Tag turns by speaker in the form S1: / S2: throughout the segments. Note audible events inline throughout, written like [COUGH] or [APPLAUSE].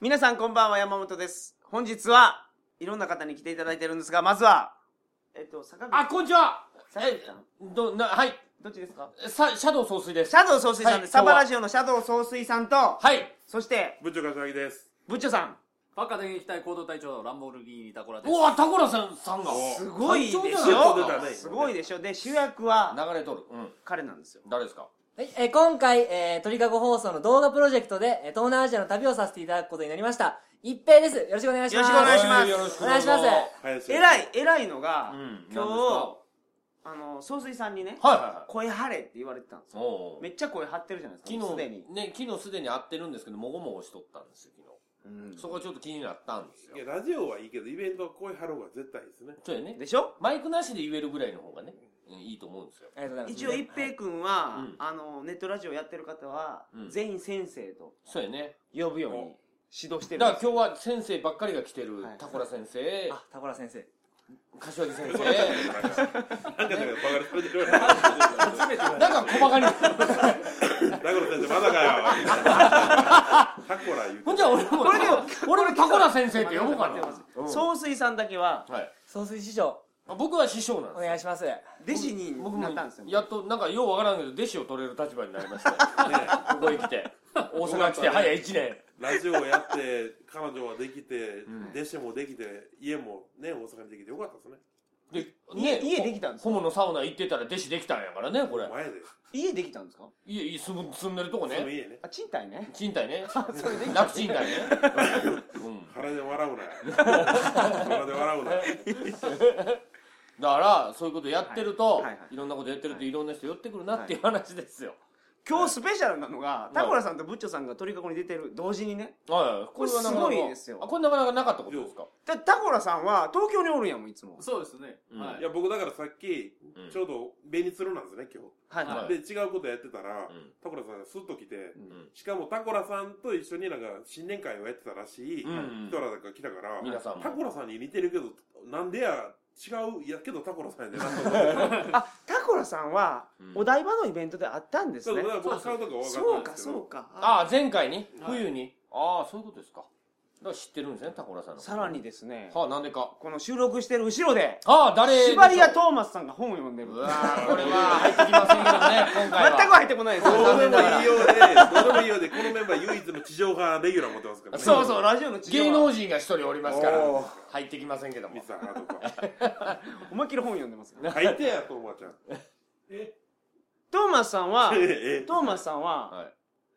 S1: 皆さんこんばんは山本です本日はいろんな方に来ていただいてるんですがまずはえっと坂口
S2: あ、こんにちは
S1: 坂口さん
S2: ど、な、はい。
S1: どっちですか
S2: さ、シャドウ総帥です。
S1: シャドウ総帥さんです、
S2: は
S1: サ
S2: い
S1: バラジオのシャドウ総帥さんと、
S2: はい。
S1: そして
S3: 部長柏木です。
S1: ブッチョさん
S4: バカで撃退行動隊長ランボルギーニタコラです
S2: うわ、タコラさん、さんが。
S3: お
S1: すごいでしょ
S2: 単調
S3: じゃないです
S1: す
S3: か
S1: ごいでしょで主役は
S2: 流れとる。うん。
S1: 彼なんですよ
S2: 誰ですか
S5: はい、えー今回、えー、鳥かご放送の動画プロジェクトで、えー東南アジアの旅をさせていただくことになりました。一平です。よろしくお願いします。
S1: よろしくお願いします
S2: よろ
S5: お願いします。
S3: 林
S1: 偉い偉いのが、
S2: うん
S1: 今
S2: 何です
S1: 日
S2: か
S1: あの総帥さんにね、
S2: はいはいは
S1: 声張れって言われてたんです
S2: い。
S1: よ
S2: おう
S1: めっちゃ声張ってるじゃないですかもう
S2: 昨
S1: すでに
S2: 日、ね、昨日すでに会ってるんですけど、もごもごしとったんですよ、昨日。そこがちょっと気になったんですよ
S3: い。や、ラジオはいいけど、イベントは声張ろうが絶対いいですね。
S2: そうやね。
S1: でしょ
S2: マイクなしで言えるぐらいの方がね、うんいいと思うんですよ。
S5: ありがとうございます。
S1: 一応一平君は、
S2: うん
S1: あのネットラジオやってる方は、
S2: うん
S1: 全員先生と
S2: そうやね。
S1: 呼ぶように指導して
S2: だ
S1: るんで
S2: から
S1: す
S2: 今日は先生ばっかりが来てる
S1: はい、
S2: タコラ先生、
S5: あ、タコラ先生。
S2: 柏木先 [LAUGHS]
S3: な
S2: 生、
S3: んかだから、バカにされてるわ。 [LAUGHS]
S4: 初めてだ
S2: なんか小バカに。
S3: だから先生、まだかよ。タコラ言う
S2: ほん
S3: て。
S2: じゃ俺も、俺もタコラ先生って呼ぼうか
S1: 待って
S2: な。
S1: ます総帥さんだけは
S2: はい。
S5: 総帥師匠、
S2: 僕は師匠なん
S5: お
S2: です。
S5: 願いします。
S1: 弟子に
S2: 僕
S1: な
S2: も
S1: ったんですよ
S2: やっとなんかようわからんけど弟子を取れる立場になり
S1: [LAUGHS]
S2: ました。ここへ来て、大阪来て早1年。
S3: ラジオやって、彼女はできて、弟子もできて、家もね、大阪にできてよかったですね。
S2: で、
S1: 家
S2: ね、
S1: 家できたんです
S2: ホモのサウナ行ってたら弟子できたんやからね、これ。
S3: 前で。
S1: 家できたんですか
S2: 家家住む住んでるとこ
S3: その
S2: ね。
S3: 家ね。
S1: あ賃貸ね
S2: 賃貸
S1: [LAUGHS]
S2: ね。楽賃貸ね。うん。
S3: 腹で笑うなよ。腹で笑うなよ。
S2: だから、そういうことやってると
S1: はいはいは、い
S2: いろんなことやってると
S1: はい
S2: いろんな人寄ってくるなっていう話ですよ。
S1: 今日スペシャルなのが
S2: い
S1: タコラさんとブッチョさんが鳥かごに出てる同時にね
S2: はい。これはなかなか。
S1: これすごいですよ
S2: あこれなかなかなかったことですか
S1: だタコラさんは東京におるんやもんいつも
S4: そうですね、
S2: うん
S4: はい
S3: いや、僕だからさっき
S2: うん、
S3: ちょうど、紅鶴なんですね、今日。
S1: はい
S2: は
S3: で違うことやってたら、
S2: ん
S3: タコラさんがスッと来て、
S2: ん
S3: しかもタコラさんと一緒になんか新年会をやってたらしい
S2: うんうん
S3: 人らが来たから、
S2: 皆さんも
S3: タコラさんに似てるけどなんでや違うやけどタコラさんやでなと思って
S1: あタコラさんは
S2: うん
S1: お台場のイベントで会ったんで
S3: そ
S1: す
S3: うだ
S1: ね
S3: から僕
S4: そ
S3: 顔
S4: う
S3: とか分
S1: そう
S3: かったん
S1: か
S3: です
S1: そ
S3: け
S1: う
S3: ど
S1: かあ
S2: ああ、前回に
S4: はい
S2: 冬にああ、そういうことですか。だから知ってるんですね、タコラさんの。
S1: さらにですね
S2: はあ、なんでか。
S1: この収録してる後ろで
S2: ああ、誰でしょう
S1: シバリア・トーマスさんが本を読んでる
S2: うわーこれは入ってきません
S1: [LAUGHS]
S2: けどね、今回は。
S1: 全く入ってこないですよ
S3: どう
S2: 残
S3: で
S2: 念
S3: も
S2: ながら
S3: いいようで、どうでもいいようで、このメンバー唯一の地上波レギュラー持ってますからね。
S1: そうそうラジオの地上波
S2: 芸能人が一人おりますから
S3: おー、
S2: 入ってきませんけども
S3: ミ。スハーとか。
S1: 思いっきり本読んでますよ
S3: 書いてや、ともちゃん。
S1: トーマスさん
S2: [LAUGHS]
S1: は
S3: ええ
S1: トーマスさんは
S2: は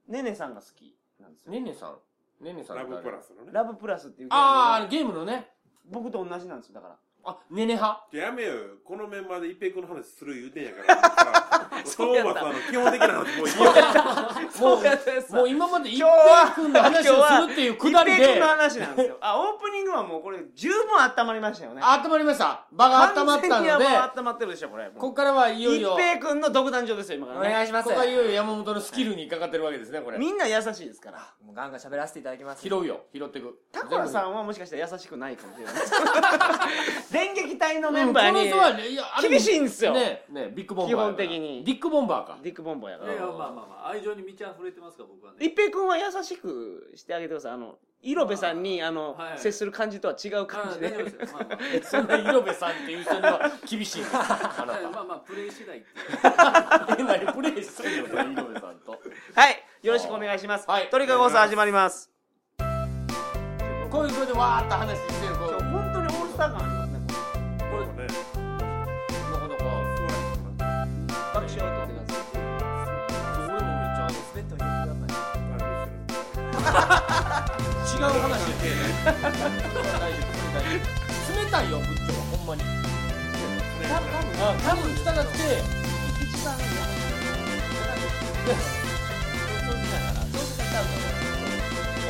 S1: ねねさんが好きなんです
S2: い。
S1: よ
S2: ねねさん。ねねさん
S3: ラ
S2: 誰。
S3: ブプラスのね。
S1: ラブプラスっていうゲーム
S2: ああ
S1: が、
S2: ゲームのね。
S1: 僕と同じなんですよだから
S2: あ、ねね派。
S3: やめよよ、このメンバーで一平君の話する言うてんやから。ト
S1: そうや
S3: ー
S1: っ
S3: マ
S1: た
S3: スの基本的な話もういいよ。
S2: もう
S1: そうやったやつだ
S2: もう今まで一
S1: 今日は
S2: 平君の話をするっていうくだり
S1: 一平君
S2: で
S1: の、話なんですよあオープニングはもうこれ十分温まりましたよね
S2: あ温まりました。場が温まっ
S1: 完
S2: た
S1: 全には
S2: ので、
S1: もう温まってるでしょこれ
S2: ここからはいよいよ
S1: 一、平君の独壇場ですよ今から
S5: お
S1: ね
S5: 願いしま
S2: こ
S5: す。
S2: こがいよいよ山本のスキルにかかってるわけですね、これ。
S1: みんな優しいですから
S5: もうガンガン喋らせていただきます。
S2: 拾うよ、拾ってく。
S1: タコラさ
S2: ん
S1: んはもしかしたら優しくないかもしれ
S2: [LAUGHS]
S1: ない電撃隊のメ
S2: メ
S1: ン
S2: ン
S1: バ
S2: バ
S1: ー
S2: ー
S1: に、
S2: に。この人はねいやある意
S1: 厳
S2: 味
S1: しいんですよ、
S2: ねねビッグボンバーやから
S1: 基本的に
S2: ビッグボンバーか
S1: ディック・ボンボやか
S4: いやいや
S1: ら
S4: まあまあまあ愛情に満ち溢れてますから僕はね
S1: 一平君は優しくしてあげてくださいあの色部さんにあの、
S4: はい
S1: 接する感じとは違う
S4: あ
S1: 感じ
S4: 大丈夫
S1: で
S4: ですよまあま
S2: そんな色部さんっていう人には厳しいですあ
S4: あは
S1: [LAUGHS]
S4: いま
S2: な
S4: あまあプレイ次第っていう
S2: た変なリプレイしてるよね色部さんと
S1: はいよろしくお願いします、
S2: はい
S1: 鳥かご放送始まります
S2: こういうことでわーっと話してるこう
S1: 今日本当にオールスター感ありますね
S3: これも
S2: の
S3: ね、
S2: このこ
S3: そうやな
S2: 誰しようと俺もめっちゃ
S5: ベッドに行ってくださ
S2: 違う話
S1: [LAUGHS]
S2: してる大丈夫冷たいよ部長はほんまに多分来たなくて一番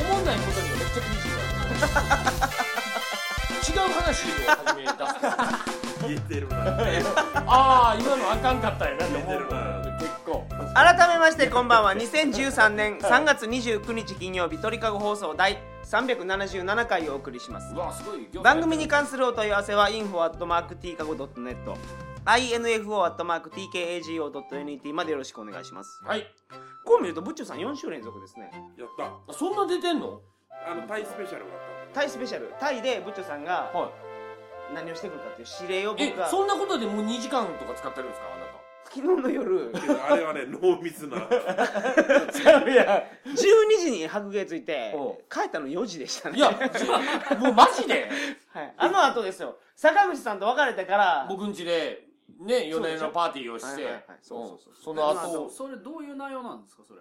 S2: 思んないことにはめっちゃ厳しいから違う話を始め出す
S3: 言えてるな。
S2: ああ今のあかんかったよなって思
S3: 言え
S2: う
S3: てるな。
S2: 結構
S1: 改めましてこんばんは2013年3月29日金曜日鳥かご放送第377回をお送りします
S2: うわすごい量
S1: 番組に関するお問い合わせは info.tkago.net info.tkago.net までよろしくお願いします
S2: はい
S1: こう見るとブッチョさん4週連続ですね
S3: やった。
S2: そんな出てんの
S3: えあのタイスペシャルがあった
S1: タ
S3: んで
S1: イスペシャルタイでブッチョさんが
S2: は
S1: 何をしてくるかっていう指令を
S2: い。え
S1: 僕が、
S2: そんなことでもう2時間とか使ってるんですかあ
S1: 昨日の夜
S3: けどあれはね濃密な
S2: な [LAUGHS] た。いや、
S1: 12時に白芸ついて
S2: おう
S1: 帰ったの4時でしたね [LAUGHS]
S2: いや、じもうマジで
S1: はい、あの後ですよ坂口さんと別れてから
S2: 僕ん家で、ね、
S1: そ
S2: 4
S1: うで
S2: 年
S1: しょ
S2: のパーティーをし
S1: はい
S2: て
S1: はいはい、そうそううんそ
S2: その
S1: そ
S2: 後、
S4: それどういう内容なんですかそれ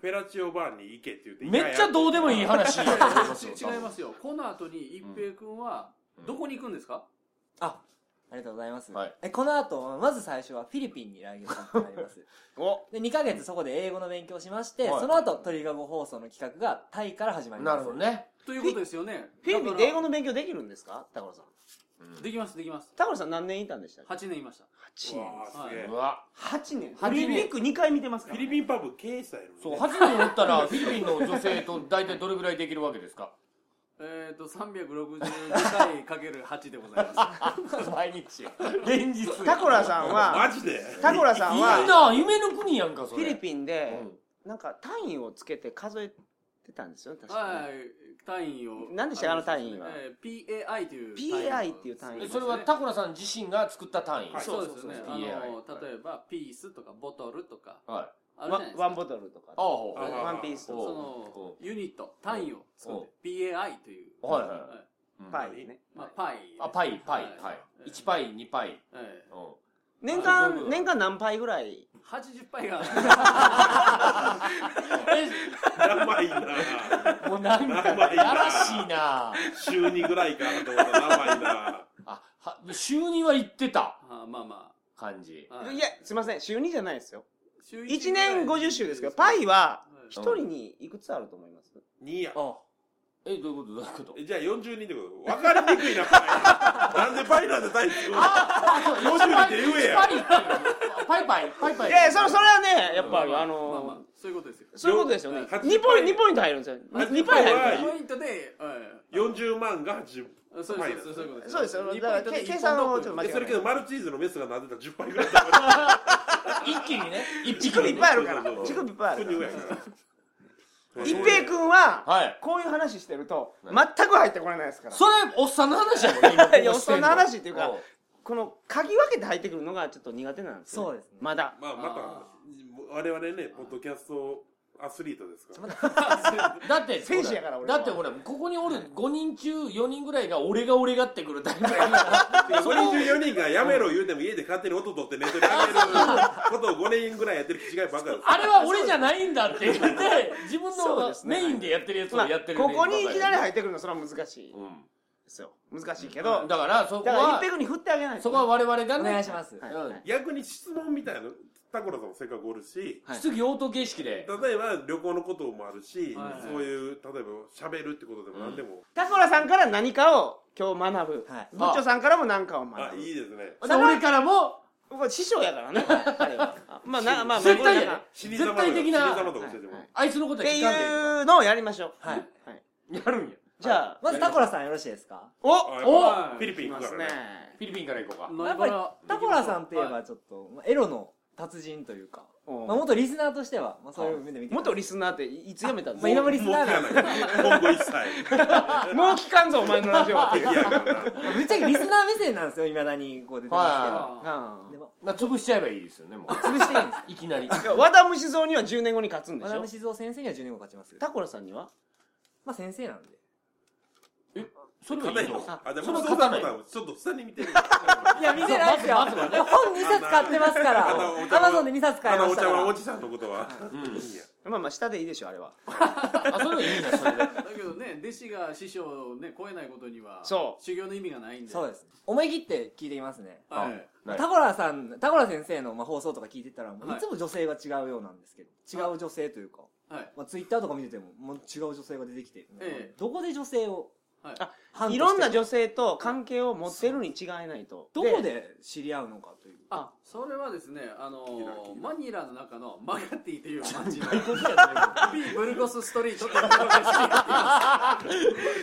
S3: フェラチオバーに行けって言って
S2: めっちゃどうでもいい話だと思いますよ。
S4: 違いますよこの後に一平君は
S2: うん
S4: どこに行くんですか、
S5: あありがとうござざいます、
S2: はい
S5: えこの後まず最初はフィリピンに来月行ってまいります
S1: お
S5: で2ヶ月そこで英語の勉強しまして、
S2: はい
S5: その後鳥かご放送の企画がタイから始まりま
S2: な
S5: す
S2: るほどね。
S4: ということですよね
S1: フィリピンで英語
S4: の
S1: の勉強できるんですかタコロさん
S4: できますできます
S1: タコロさん何年いたんでしたっけ
S4: 8年いました
S1: 8
S3: わあすげえ
S2: うわ。
S1: 8年
S2: 8
S1: オリン
S2: 年
S1: ピック2回見てます
S3: フ
S1: から、
S3: ィ
S1: ね、
S3: リピンパブ経営者や
S2: そう、
S3: ろね
S2: 8年おったら、フィリピンの女性と大体どれぐらいできるわけですか
S4: えっ、ー、と362回かける8でございます
S2: 毎日。連日。いい
S1: タコラさんは
S3: マジで
S1: タコラさんは
S2: な夢の国やんか、そ
S1: フ
S2: れ。
S1: ィリピンで
S2: うん
S1: なんか単位をつけて数えてたんですよね [LAUGHS] 確か
S4: は
S1: に
S4: い単位を
S1: 何でしたっけあの単位は
S4: えー PAI という単位
S1: PAI っていう単位
S2: えそれはタコラさん自身が作った単位。
S3: はい
S4: そうですよね
S2: そうそう
S4: あの
S2: PAI
S4: 例えばピースとかボトルとか
S2: はい。
S4: あるじゃないですか
S1: ワンボトルとか
S2: ああ、
S3: あ
S2: はい。
S1: ワンピース
S4: そ
S1: と
S2: お
S1: か
S4: のユニット単位を作って PAI という
S2: はいはい
S1: パイね
S4: まあパイ
S2: あ、パイ、パイ、
S4: はい
S2: パイ。1パイ、2パイ。
S4: ええ
S2: うん
S1: 年
S2: あそういう
S1: 間
S2: こと
S1: 年間何杯ぐらい
S4: 80パイが
S3: 長いな
S2: もうなんか、やらしいな
S3: 週2ぐらいかなと思ったら長いな
S2: あ、は、週には行ってた
S4: あまあま
S2: 感じ。
S4: あはい
S1: いやすいません週2じゃないですよ
S4: 週一
S1: 1年50週ですけど
S4: は
S1: パイはい1人にいくつあると思います
S3: 2や
S5: あ
S2: え、どういうことどういうこと
S3: えじゃあ42ってこと分かりにくいなパイなんでパイなんで大好き50って言えや
S2: パリパイパイ、パイパイ。
S1: いやいやそれそれはねやっ
S4: まあま
S1: ぱ
S4: あ
S1: あ
S4: まあ
S1: の
S4: ま
S1: ー
S4: あそういうことですよ
S1: そういうことですよね
S4: よ
S1: 2
S3: 80
S1: ポイント2ポイント入るんですよ2ポ
S3: 80
S1: イント入るから
S3: は
S4: ポイントではい
S3: 40万が10
S4: そう
S3: パイな
S4: で
S3: んですす
S4: そういうことです
S1: そうですよ
S4: 二
S1: だから
S4: ポイントで
S1: 計計算をちょっと間違
S3: え
S1: え
S3: それけどマルチーズのメスがなでたら10杯ぐらいだ
S2: 一気にね。一
S1: 乳
S2: 気
S1: 首い
S2: に
S1: っ
S2: ね
S1: ぱいあるから
S3: そうそう
S1: 乳
S3: そう
S1: 首いっぱいある
S3: 国
S1: か
S3: ぐら
S1: ら
S3: いから
S1: 一平君は
S2: はい。
S1: こういう話してると
S2: 何
S1: 全く入ってこれないですから
S2: それ、おっさんの話やもんね今ここし
S1: [LAUGHS] い
S2: てんの。
S1: やおっさんの話っていうか
S2: ん
S1: この鍵分けて入ってくるのがちょっと苦手なんですよ
S5: そうですね
S1: まだ
S3: まあまた
S4: あ
S3: 我々ねポッドキャストアスリートですから
S2: だって、
S1: 選手やから俺
S2: だ
S1: は
S2: ってほら、ここにおる5人中4人ぐらいが俺が俺がってくるタイプやから
S3: 24人がやめろ言うても家で勝手に音取って寝てるやめることを5年ぐらいやってる気違いばっかです
S2: あ
S1: [LAUGHS]
S2: れは俺じゃないんだって言って、自分
S1: そう
S2: の
S1: ですね
S2: メインでやってるやつを
S1: まあ
S2: やってるね
S1: ここにいきなり
S2: バカやね
S1: 入ってくるのそれは難しい
S2: う
S1: で
S2: ん
S1: すよ難しいけど
S2: だから、そこ
S1: だから
S2: は
S1: 一、平君に振ってあげないと
S2: そこは我々が
S5: お願い
S2: ね
S5: し、ます、
S1: はい
S2: うん
S1: はい
S3: 逆に質問みたいなのタコラさんもせっかくおるし
S5: はい
S2: 質疑応答形式で。
S3: 例えば旅行のこともあるし
S4: はい
S3: そういう例えば喋るってことでも何でも
S1: タコラさんから何かを今日学ぶ
S5: はい
S1: ブッチョさんからも何かを
S3: あ
S1: 学
S3: いいですね
S1: だから
S2: 俺からも、
S1: ぶこれ師匠やからね彼は [LAUGHS] まあ
S5: [LAUGHS]
S1: なまあまあ
S2: 絶対
S1: まあ
S2: や
S3: 死
S2: で
S3: に
S2: 絶
S3: 様
S2: 対的な、
S3: とか
S1: まあ
S3: 教えても
S1: は
S3: ら
S1: いはい
S2: あいつのこと
S1: っ
S2: は
S1: て
S2: 聞
S1: い
S2: かんでええとか
S1: うのをやりましょう
S5: はい
S1: はい
S2: やるんや。
S1: じゃあ
S5: まずタコラさんよろしいですか
S1: お
S3: う
S2: お
S3: フ
S4: フ
S3: ィ
S4: ィ
S3: リピン
S1: い
S3: 行
S1: ま
S3: く
S1: す
S3: か
S1: ね
S3: らね
S2: フィリピンから行こうか。
S5: やっ
S4: 何
S5: ぱ
S4: か
S5: り
S4: ら
S5: タコラさんといえばちょっと、まあエロの達人というか、
S1: お
S5: まあ、元リスナーとしては、まあ、そういう目で見て
S1: 元
S5: リ
S1: リスナーっていつ辞めたんです
S5: まあ、
S1: か
S5: 今もリス
S3: もう
S5: ナー
S3: 聞か
S5: なんで
S3: ない今後一切
S1: もう聞かんぞお前のラジオは
S5: [LAUGHS]
S1: っていう
S3: 敵やからな
S5: まあぶっちゃけリスナー目線なんですよいまだにこう出てま
S2: は
S1: あ
S5: すけどでも
S2: い。な潰しちゃえばいいですよね、もう。
S5: 潰していいんです
S2: いきなり。
S1: あ和田虫蔵には10年後に勝つんでし
S5: 和田
S1: ょ
S5: 静雄先生には10年後勝ちます
S1: タコラさんには
S5: まあ先生なんで
S2: それはい
S3: 硬
S2: い
S3: い
S2: の
S3: のあ、で
S2: それ
S3: も、
S2: は
S3: そう
S2: 勝
S3: だ
S2: た
S3: な
S2: ないい。
S3: ちょっと下に見てる。
S5: いや見てないですよ本2冊買ってますから
S3: あのお茶
S5: ア
S3: 碗
S5: マゾンで2冊買
S3: あ
S5: いま
S3: の、お
S5: した
S3: 茶
S5: か
S3: 碗お
S5: ら
S3: じさんのことは。
S2: うん
S3: いいや。
S1: まあまあ下でいいでしょあれは
S2: あ、それはいいな、それで。
S4: だけどね弟子が師匠をね超えないことには
S1: そ
S4: 修行の意味がないんで
S5: そうです思い切って聞いてみますね
S4: はい
S2: ない
S5: タコラさんタコラ先生のまあ放送とか聞いてたらもう
S4: はい
S5: いつも女性が違うようなんですけど、違う女性というか、
S4: はい
S5: まあ、ツイッターとか見ててももう違う女性が出てきて、
S4: ええ
S5: どこで女性を
S4: はい
S1: あ
S5: ハント
S1: い
S5: して
S1: ろんな女性と関係を持ってるに違いないと
S5: どこで知り合うのかという
S4: あそれはですねあの
S3: キラキラ
S4: マニラの中のマガティとい
S1: [LAUGHS]
S4: う街の
S2: あ
S4: ピーブルゴスストリートというところで知り合っ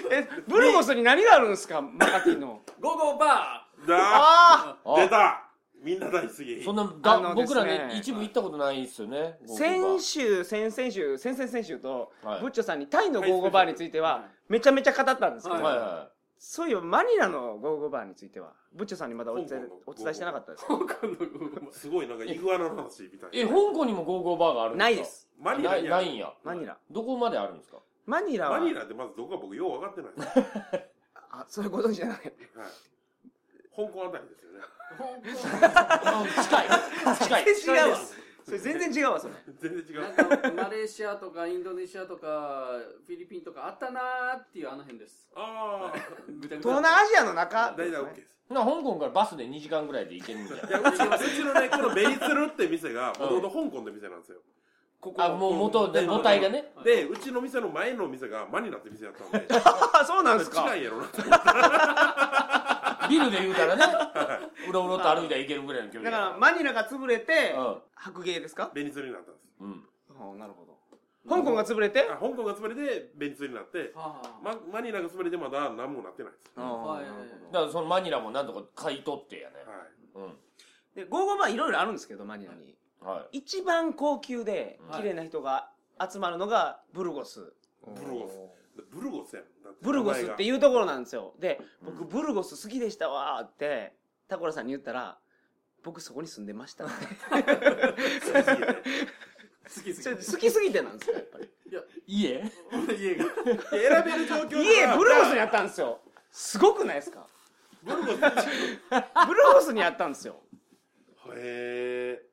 S4: て
S1: えブルゴスに何があるんですかマカティの
S4: 午後バ
S3: だ
S1: あ
S3: 出たみんな大好き
S2: そんな
S1: あ
S2: だ
S1: のです
S2: 僕
S1: ね
S2: らね一部行ったことないですよね
S1: 先週先々週先々先週と
S2: はい
S1: ブッチョさんにタイのゴーゴーバーについてはめちゃめちゃ語ったんですけ
S2: は
S1: ど、
S2: いは
S1: そういえばマニラのゴーゴーバーについてはブッチョさんにまだお
S3: 香
S1: 伝
S3: 港
S1: え
S3: の
S1: お伝えしてなかったです
S4: 香港のゴーゴーバー
S3: すごいなんかイグアナの話みた
S2: いえ
S3: い
S2: 香
S3: な
S2: 港にもゴーゴーバーがあるん
S1: ないです
S3: マニ
S2: な
S3: ラ
S2: い
S3: に
S2: な
S3: あ
S2: いん
S3: る
S2: や
S1: マニラ
S2: どこまであるんですか
S1: マニラは
S3: マニラってまずどこか僕よう分かってないです、はい、
S1: あそういうことじゃない
S3: 香港あたりですよね
S2: あ近い近い
S1: 全然違うわそれ全然違うわそれ
S3: 全然違う
S4: なんかマレーシアとかインドネシアとかフィリピンとかあったなーっていうあの辺です
S3: ああ
S4: ぐたぐ
S1: [LAUGHS]
S4: た
S1: 東南アジアの中
S3: 大体 OK です
S2: な香港からバスで2時間ぐらいで行けるんじゃ
S3: いやうちのうちのねこのベイツルって店がもともと香港の店なんですよこ
S2: あもう元で母体がね
S3: でうちの店の前の店がマニラって店だったんで
S1: あそうなんですか
S3: 近いやろなって
S2: ビルで言うたらねうろうろと歩いたら行けるぐらいの距
S1: だか
S2: 離
S1: らマニラが潰れて
S2: うん
S1: 白芸ですか
S3: ベニツルになったんです
S2: うん
S1: あなるほど香港が潰れて
S3: あ香港が潰れてベニツルになって
S4: はあ
S3: ママニラが潰れてまだ何もなってないです
S1: あ
S4: あ
S1: ー
S4: はい
S1: なるほど
S2: だからそのマニラもなんとか買い取ってやね
S3: はい
S2: うん
S1: でゴーゴーバーいろいろあるんですけどマニラに
S2: はい
S1: 一番高級で
S4: はい
S1: 綺麗な人が集まるのがブルゴス
S3: ブルゴスブルゴスやんだて
S1: ブルゴスって
S3: 名前が
S1: いうところなんですよで僕ブルゴス好きでしたわーってタコラさんに言ったら僕そこに住んでました [LAUGHS] って
S4: 好き
S1: [LAUGHS] ちょ
S4: 好
S1: っと好きすぎてなんですよやっぱり
S2: 家
S4: き家
S3: 選べる状
S4: が
S3: 況とか
S1: 家ブルゴスにあったんですよすごくないですか
S3: ブルゴスへ
S1: ブルゴスにあったんですよ
S3: え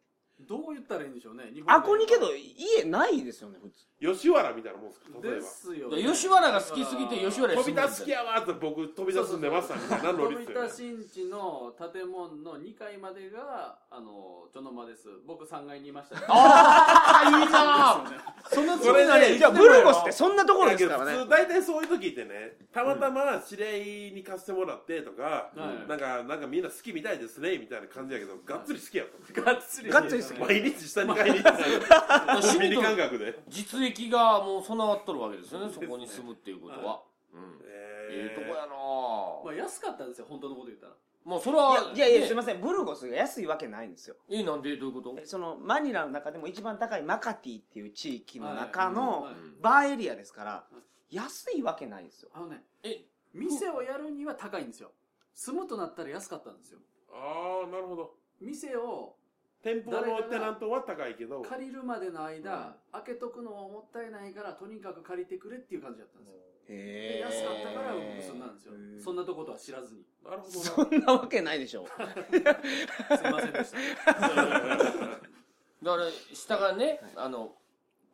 S4: どう言ったらいいんでしょうね日本で
S1: あこにけど家ないですよね普通
S3: 吉原みたいなもんですか例え
S4: で
S3: ば
S4: すよね
S2: 吉原が好きすぎて吉原に住んで
S3: 飛び
S2: る
S3: 出す気やわーって僕飛び出すんでましたみたいなノリっす
S4: 富
S3: よ
S4: 田
S3: ね
S4: 新地の建物の2階までがあのちょの間です僕3階にいました
S2: ああいいな
S1: その
S3: それね
S1: じゃあ
S3: で
S1: ブ
S3: もよ
S1: ルゴスってそんなところ
S3: だ
S1: で
S3: け
S1: す
S3: ど
S1: から
S3: 普
S1: ね
S3: 通大体そういう時ってねたまたま知り合いに貸してもらってとか、
S4: はい
S3: なんかなんかみんな好きみたいですねみたいな感じやけどがっつり好きやった
S4: がっつり
S1: がっつり好き
S3: 毎日下に帰りに行ってたコンビニ感覚で、
S2: 実益がもう備わっとるわけですよねそこに住むっていうことはうんええとこやな
S4: まあ安かったんですよ本当のこと言ったら
S2: もうそれはい
S1: やいやいやすい
S2: ま
S1: ませんブルゴスが安いわけないんですよ
S2: せんえなんでどういうこと
S1: そのマニラの中でも一番高いマカティっていう地域の中
S4: は
S1: の
S4: い
S1: バーエリアですから安いわけないんですよ
S4: あのね
S2: え
S4: 店をやるには高いんですよ住むとなったら安かったんですよ
S3: ああなるほど
S4: 店を
S3: 店舗のテナントは高いけど
S4: 借りるまでの間、開けとくのはもったいないからとにかく借りてくれっていう感じだったんですよ、で
S1: へ
S4: 安かったから結んだんですよ、
S1: へー
S4: そんなとことは知らずに
S3: なる
S1: そ
S3: ほ
S1: んなわけないでしょ
S4: すいませんでした
S2: だから下がねあの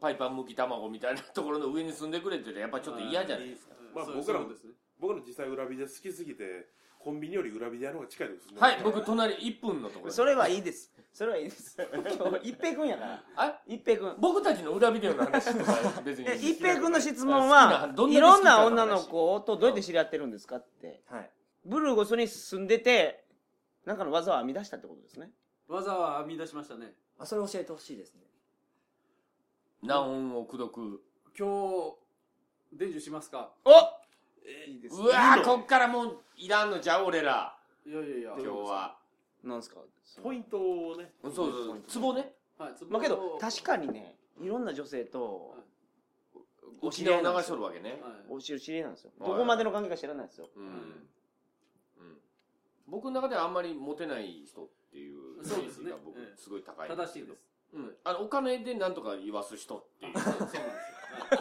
S2: パイパンむき卵みたいなところの上に住んでくれって言うとやっ [LAUGHS] ぱちょっと嫌じゃないですか
S4: うん
S3: まあ
S4: そう
S3: 僕らも
S4: そうですね
S3: 僕の実際裏火で好きすぎてコンビニより裏火でやる方が近いですね
S2: はい僕隣1分のとこ
S1: う
S2: ろ
S1: それはいいですそれはいいです今日一平君やから
S2: あ
S1: 一平君
S2: 僕たちの裏ビデオの話とかは別に
S1: え一平君の質問
S2: 好きな
S1: は
S2: ど
S1: いろんな
S2: 好きか
S1: 女
S2: 話
S1: の子とどうやって知り合ってるんですかって
S5: はい。
S1: ブルゴスに住んでてなんかの技を編み出したってことですね
S4: わざわざ編み出しましたね
S5: あ、それ教えてほしいですね。
S2: 難音を口説く
S4: 今日伝授しますか
S1: おいいです
S2: うわーこっからもういらんのじゃう俺ら
S4: いやいやいや
S2: 今日は
S1: なんですか
S3: ポイントをね
S2: そうそうツボね
S4: はいつぼ
S1: まあけど確かにねいろんな女性と
S2: お知り合い流しとるわけね
S4: はい
S1: お知り合いなんですよ
S2: はい
S1: どこまでの関係か知らないですよ
S2: うん、うん、僕の中ではあんまりモテない人っていうイメ
S4: そうで
S2: ー
S4: す
S2: ジ
S4: ね
S2: が僕
S4: ええ
S2: すごい高いん
S4: 正しいです
S2: うん、あのお金でなんとか言わす人っていう
S4: そうなんですよ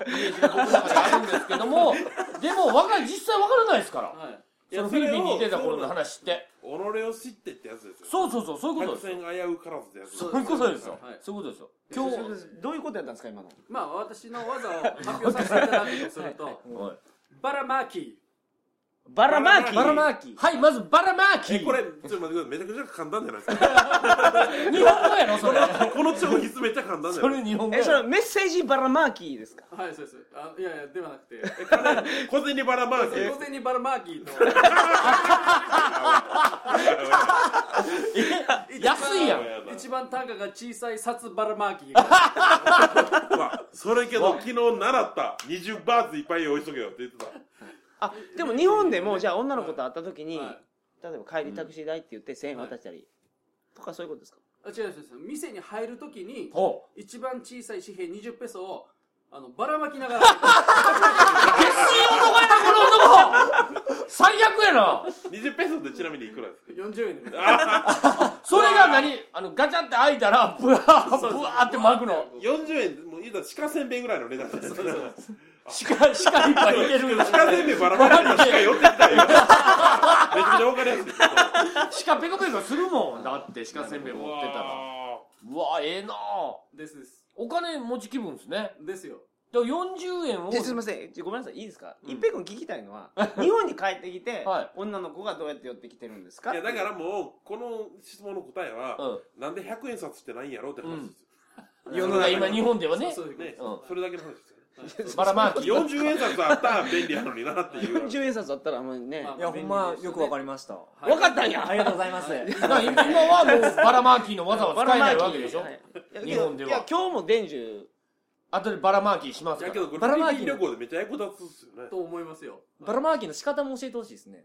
S2: イメージが僕の中であるんですけどもでもわか実際わからないですから
S4: はいはい
S3: い
S2: そ
S3: や
S2: のフィリピンにいてた
S3: それを
S2: 頃の話って
S3: 己を知ってってやつですよ
S2: そうそうそうそういうことです
S3: 百
S2: よ
S3: 戦危うからずってやつ
S2: そういうことですよ
S4: はい
S2: そういうことですよ
S1: そ
S2: 今
S1: うそう
S2: 日
S1: そうどういうことやったんですか今の
S4: まあ私の技を発表させていただくとすると
S2: はい
S4: バラマーキー
S1: バラマーキー
S5: バラマーキー。
S2: はいまずバラマーキ
S3: え
S2: ー
S3: これちょっと待ってくださいめちゃくちゃ簡単じゃないですか
S2: [LAUGHS] 日本語やろそれ
S3: この超筆めっちゃ簡単じゃ
S2: そ
S3: ない
S2: れ日本語
S1: え
S2: や
S1: そ
S2: ろ
S1: れメッセージバラマーキーですか
S4: はいそうですあいやいやではなくて
S3: 小銭ばらまき
S4: 当然にバラマーキーと
S2: 安いやん
S4: 一番単価が小さい札バラマーキーが
S3: まあそれけど昨日習った20バーツいっぱい用意しとけよって言ってた
S1: あでも日本でもじゃあ女の子と会った時に
S4: はい
S1: 例えば帰りタクシー代って言って1000円渡したりとかそういうことですか
S4: あ違う違う違う店に入るときに
S2: ほう
S4: 一番小さい紙幣20ペソをあのばらまきながら [LAUGHS] あ
S2: 最悪やな
S3: 20ペソってちなみにいくらですか
S4: 40円で
S2: それが何あのガチャって開いたらブワーブワーって巻くの
S3: 40円もう言うたら鹿せんべいぐらいの値段です鹿
S2: 鹿鹿いっぱい入れる
S3: せんべいばらまかれたら鹿寄ってきたよめちゃめちゃわかりやすい
S2: 鹿ペコペコするもんだって鹿せんべい持ってたら
S3: あ
S2: うわええな
S4: ですです
S2: お金持ち気分ですね
S4: ですよ
S2: で40円を
S1: えすいませんちょごめんなさいいいですか、
S2: うん
S1: 一平君聞きたいのは日本に帰ってきて、
S2: はい
S1: 女の子がどうやって寄ってきてるんです
S3: ー
S1: か
S3: いやだからもうこの質問の答えは、
S2: うん
S3: なんで100円札ってないんやろうって話ですよ、
S1: 世
S2: 世
S1: の
S2: の
S1: 中
S2: 中
S1: に
S2: 今日本ではね
S4: そうそういうこと
S3: ね、
S2: うん
S3: それだけの話ですよね
S2: バラマーキー
S3: 40円札あったら便利やのになっ
S1: [LAUGHS]
S3: ていう
S1: 40円札あったらあんまりね、
S4: まあ
S5: いやほんまよくわかりました
S4: はい
S1: 分かったんや
S5: ありがとうございます
S4: はい
S2: だから今はもうバラマーキーの技は使えないわけでしょ
S1: はいいや
S2: 日本ではい
S1: や今日も伝授
S2: 後でバラマーキーします
S3: いや
S2: か
S3: け
S2: ら
S3: どこれ
S5: バラマー
S3: フィ
S5: キ
S3: リ
S5: ー
S3: ピン旅行でめっちゃ役立つっすよね
S4: と思いますよ
S5: バラマーキーの仕方も教えてほしいですね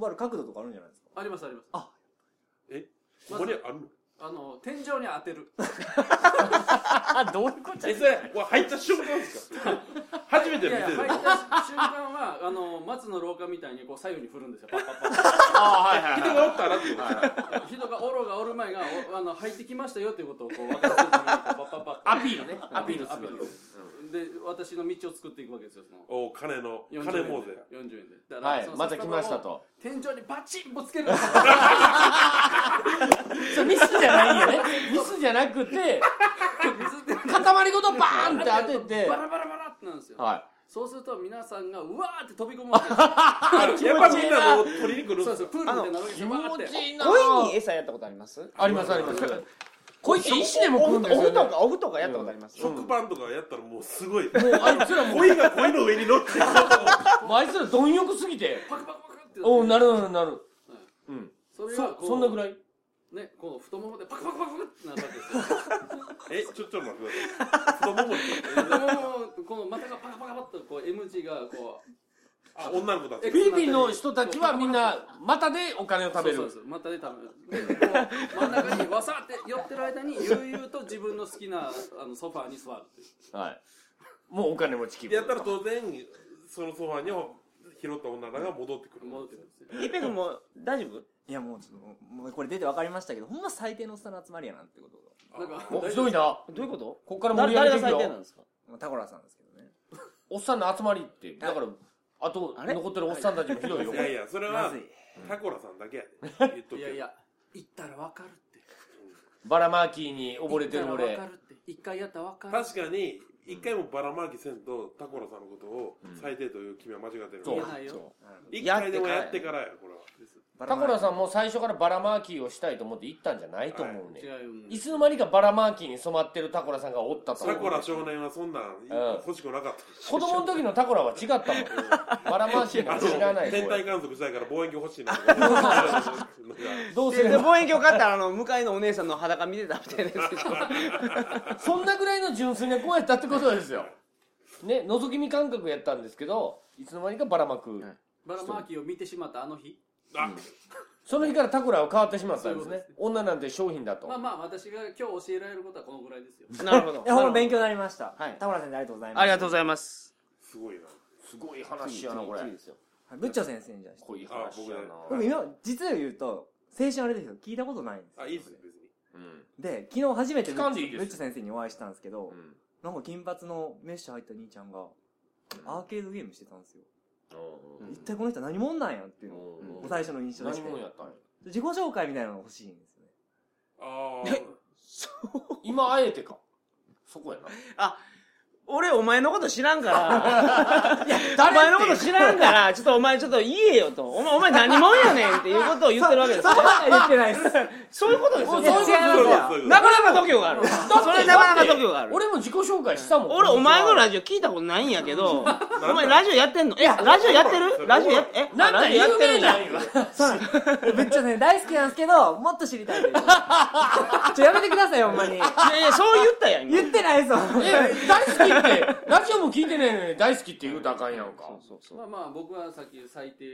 S5: 配る角度とかあるんじゃないですか
S4: ありますあります
S3: ここにあるの
S4: あの天井に当てる
S2: あどういうこと
S3: えそれこれ入った瞬間ですか初めて
S4: い
S3: の
S4: やいや
S3: 店
S4: 入っ
S3: で
S4: た瞬間はあの松の廊下みたいにこう左右に振るんですよパッパッ
S2: [LAUGHS]
S4: パッ
S2: あはいはい
S3: 人がおったらっていうこと
S4: 人がおろうがおる前がおあの入ってきましたよっていうことをこ
S2: [LAUGHS]
S4: う分かってるためにこうパッパッパッ
S2: アピールねアピールするわけです
S4: で私の道を作っていくわけですよその
S3: お金の金
S4: 40円で
S3: モーゼ
S4: 40円でだから
S2: はい
S4: その
S2: また来ましたと
S4: 天井にバチンぶつけるんですよ
S2: それミスじゃないんよ
S1: [LAUGHS]
S2: ねミスじゃなくて塊ごとバー
S1: [LAUGHS]
S2: ンって当てて
S4: バラバラバラってなるんですよ
S2: は
S4: そうすると皆さんがうわーって飛び込むわけです
S3: やっぱみんなもう取りに来るんす
S4: よそう
S3: よ
S4: そうプールみたいになる
S2: い
S4: わけです
S2: 気
S4: よ
S2: 持
S4: わーって
S2: ちいいな
S1: 鯉に餌やったことあります
S2: ありますありますこいつ石でも食うんです
S1: お
S2: よ、
S1: 布
S2: ね、
S1: 団かお布団かやったことあります、
S3: 食パンとかやったらもうすごい
S2: もうあいつ
S3: [LAUGHS]
S2: らも
S3: 鯉が鯉の上に乗ってる
S2: うもうあいつら貪欲すぎて
S4: パクパクパクって
S2: おおな
S4: る
S2: るなるなるうん
S4: それが
S2: そ
S4: こう
S2: そんなぐらい
S4: ねこう太ももでパクパクパクってなるわけですよ
S3: えちょちょっと待ってください太ももって
S4: 太ももをこの股がパカパカパッとこう M 字がこう
S3: あ女の子だって
S4: え
S2: フィリピンの人たちはみんな股でお金を食べる
S4: そうそうそうまたで食べるでこう真ん中にわさって寄ってる間に悠々と自分の好きなあのソファーに座るっていう
S2: はいもうお金持ち気分
S3: やったら当然そのソファに拾った女らが戻ってくる
S4: 戻ってくるんですよ
S1: 一平君も大丈夫
S5: いやもうちょっともうこれ出て分かりましたけどほんま最低のおっさんの集まりやなってこと
S4: なんか
S2: おひどいな
S1: どういうこと
S2: こっから盛
S1: 誰
S2: り
S1: 誰
S2: 上げて
S1: が
S2: い
S1: 最
S2: く
S1: 低な
S2: よ
S1: んですか
S5: まあタコラさんですけどね
S2: おっさんの集まりってだからあと
S1: あれ
S2: 残ってるおっさんたちもひどいよ
S3: いやいやそれ
S5: ま
S3: は
S5: ずい
S3: タコラさんだけやで言っと
S4: い
S3: け
S4: やいや行ったらわかるって
S2: バラマーキーに溺れてる
S4: 行っ
S2: 俺
S4: たらわかるって一回やったらわかる
S3: 確かに一回もばらまきせんとタコラさんのことを最低という君は間違ってる
S2: そう
S4: やないよ
S2: そ
S3: 一回でもやってからやこれは
S2: うタコラ
S5: ん
S2: さんも最初からバラマーキーをしたいと思って行ったんじゃないと思うね
S4: 違うん
S2: いつの間にかバラマーキーに染まってるタコラさんがおったと思
S3: タコ
S2: う
S3: ラ少年はそんなん欲しくなかった
S2: 子供の時のタコラは違
S3: [LAUGHS]
S2: ったもんバラマーキー
S3: あ
S2: なん
S3: の
S2: か知らない
S3: 天体
S2: 声
S3: 観測したいから望遠鏡欲しいなとかなんか
S2: どうす
S1: で
S2: れ
S1: で
S2: ば
S1: 望遠鏡買ったらあの向かいのお姉さんの裸見てたみたいなやつでしょ
S2: そんなぐらいの純粋な子やったってことですよね覗き見感覚やったんですけどいつの間にかばらまく、
S1: はい
S4: バラマーキーを見てしまったあの日
S3: あ
S2: その日からタコラは変わってしまったんですね
S4: そういうことで
S2: 女なんて商品だと、
S4: まあまあ私が今日教えられることはこのぐらいですよ
S1: なるほど
S5: いやほんま勉強になりました
S1: はい
S5: タコラ先生ありがとうございます
S1: ありがとうご
S5: い
S1: ざいます
S3: すごいな
S2: すごい話やなこれ
S1: 次ですよ
S5: ますブッチョ先生にじゃあ
S2: 濃い話や
S3: あ
S5: で
S2: な
S5: も今実を言うと青春あれですよ聞いたことないんですよ
S3: あいいですね別に
S2: うん
S5: で昨日初めて
S2: 聞
S5: ブ
S2: か
S5: ッ
S2: ん
S5: チ
S2: でいいです
S5: ョ
S2: よ
S5: ブッチョ先生にお会いしたんですけど
S2: うん
S5: なんか金髪のメッシュ入った兄ちゃんがアーケードゲームしてたんですよ
S2: うん
S5: 一体この人何者なんやっていうのを
S2: うん
S1: う
S5: 最初の印象でし
S2: 何
S5: て
S2: 者やったんや
S5: 自己紹介みたいなのが欲しいんですよね
S3: あ
S5: [LAUGHS]
S3: あ
S2: 今あえてかそこやな
S1: 俺お前のこと知らんからお
S2: 誰
S1: 前のこと知らん
S2: か
S1: からちょっとお前ちょっと言えよとお前お前何者やねんっていうことを言ってるわけですよ
S5: そんなん言ってないです
S1: そういうことですよ
S2: そういうこと
S5: 違います
S3: そう
S5: よ
S3: だそういうこと
S1: なかなか度胸があるそれなかなか度胸がある
S2: 俺も自己紹介したもん
S1: 俺、お前の
S2: ら
S1: ラジオ聞いたことないんやけど、お前ラジオやってんのえ、ラジオやってるラジオやって、え、
S2: なん
S1: ラ
S2: だ
S1: ジオや
S2: 有
S1: ってる
S2: 名
S1: ん
S2: な
S1: や
S2: ん。よ
S5: そうなんです。ぶっちゃね、大好きなんですけど、もっと知りたいという。ちょ、やめてくださいよ、ほんまに。
S1: いやいや、そう言ったやん。今
S5: 言ってないですよ。
S2: え大好きにってラジオも聞いてないのに大好きって言うたらあかんやんか
S1: そうそうそう
S4: まあまあ僕はさっき最低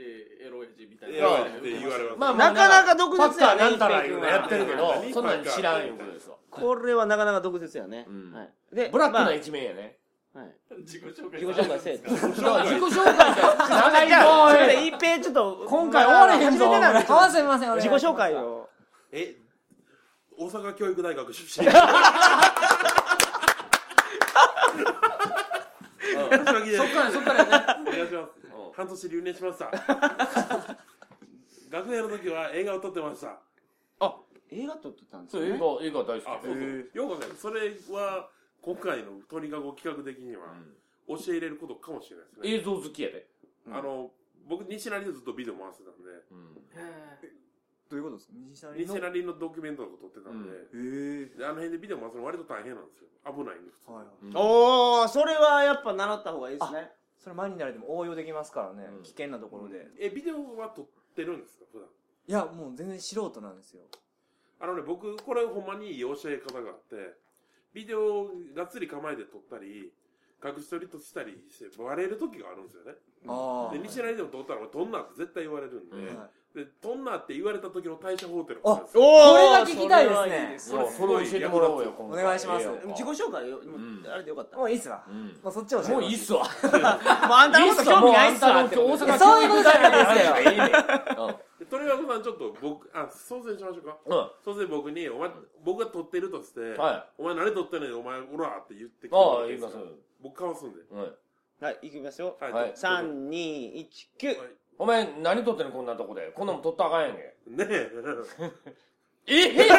S4: エロエジみたいな
S3: エロいって言われます。
S2: まあまあ
S1: なかなか毒
S2: パッ
S1: 舌や
S2: カー
S1: ね
S2: なんたらいうのやってるけ
S3: は
S2: ど
S3: い
S2: そんなん知らんいうことですわ
S1: これはなかなか毒舌やね、
S2: うん
S1: はい、で
S2: ブラック
S1: ま
S2: な
S1: あ
S2: 一面やね
S1: はい、
S4: 自己紹介
S1: 自己紹介せ [LAUGHS] え
S2: だから自己紹介が長い
S1: じゃあ
S2: ぞ
S1: そ
S2: おい
S1: れ一平ちょっと
S2: 今回終われへんぞ
S1: 初めてなんで
S5: 合わせません
S1: 自己紹介を
S3: え、大阪教育大学出身。
S2: [LAUGHS]
S3: 柏木です
S2: そっからそっからやね
S3: お願いします。半年留年しま
S2: [LAUGHS]
S3: した。学生の時は映画を撮ってました。
S1: 映画撮ってたんです
S2: そう
S1: よ
S2: 映画
S1: ね
S2: 映画大好
S3: あ
S2: き、
S3: そうそう
S2: で
S3: ようこさん、それは今回の鳥かご企画的には教えれることかもしれないですね。
S2: 映像好きやで、
S1: うん
S3: あの、僕、西成でずっとビデオ回してたんで、
S5: どういうことですか西成
S3: 西成のドキュメントとか撮ってたんで、
S5: え
S3: であの辺でビデオ回すの割と大変なんですよ。危ないんです。
S5: はいはい
S2: うん
S1: おおそれはやっぱ習った方がいいですね
S5: それマニラでも応用できますからね、
S2: うん
S5: 危険なところで、い
S3: え、ビデオは撮ってるんですか普段。
S5: やもう全然素人なんですよ
S3: あのね、僕、これほんまにいい教え方があって、ビデオをがっつり構えて撮ったり、隠し撮りとしたりして、バレる時があるんですよね。
S5: ああ
S3: で、西成でも撮ったら、俺、撮んなって絶対言われるんで、
S2: うん
S5: は
S3: で、撮んなって言われた時の対処法っていうのがあるんですよ。
S1: お
S5: これが聞きたいですね
S2: そうそれを教えてもらおうよ今回
S5: お願いします
S2: ええよ
S1: 自己紹介よ、
S2: ん
S1: あれでよかった
S5: い、もういいっすわ、
S2: うん
S5: もうそっちを
S2: もういいっすわ
S1: もうあんたのこと興味ないっすわ
S2: いいっすわもうあんたの
S5: いやそういうことじゃない
S2: ですよ
S3: で、鳥山さん、ちょっと僕、あ、総選しましょうか。
S2: うん、うん
S3: 総選僕に、お前、僕が撮ってるとして、
S2: はい
S3: お前何撮ってんねん、お前、おらって言ってく
S2: ああ言います
S3: か僕かわすんで。
S2: はい
S1: はい行きますよ
S3: はい。
S2: はい
S1: 3219
S3: はい
S2: お前何撮ってんのこんなとこでこんなもん撮ったらあかんやんけ
S3: ねえ。
S2: ええ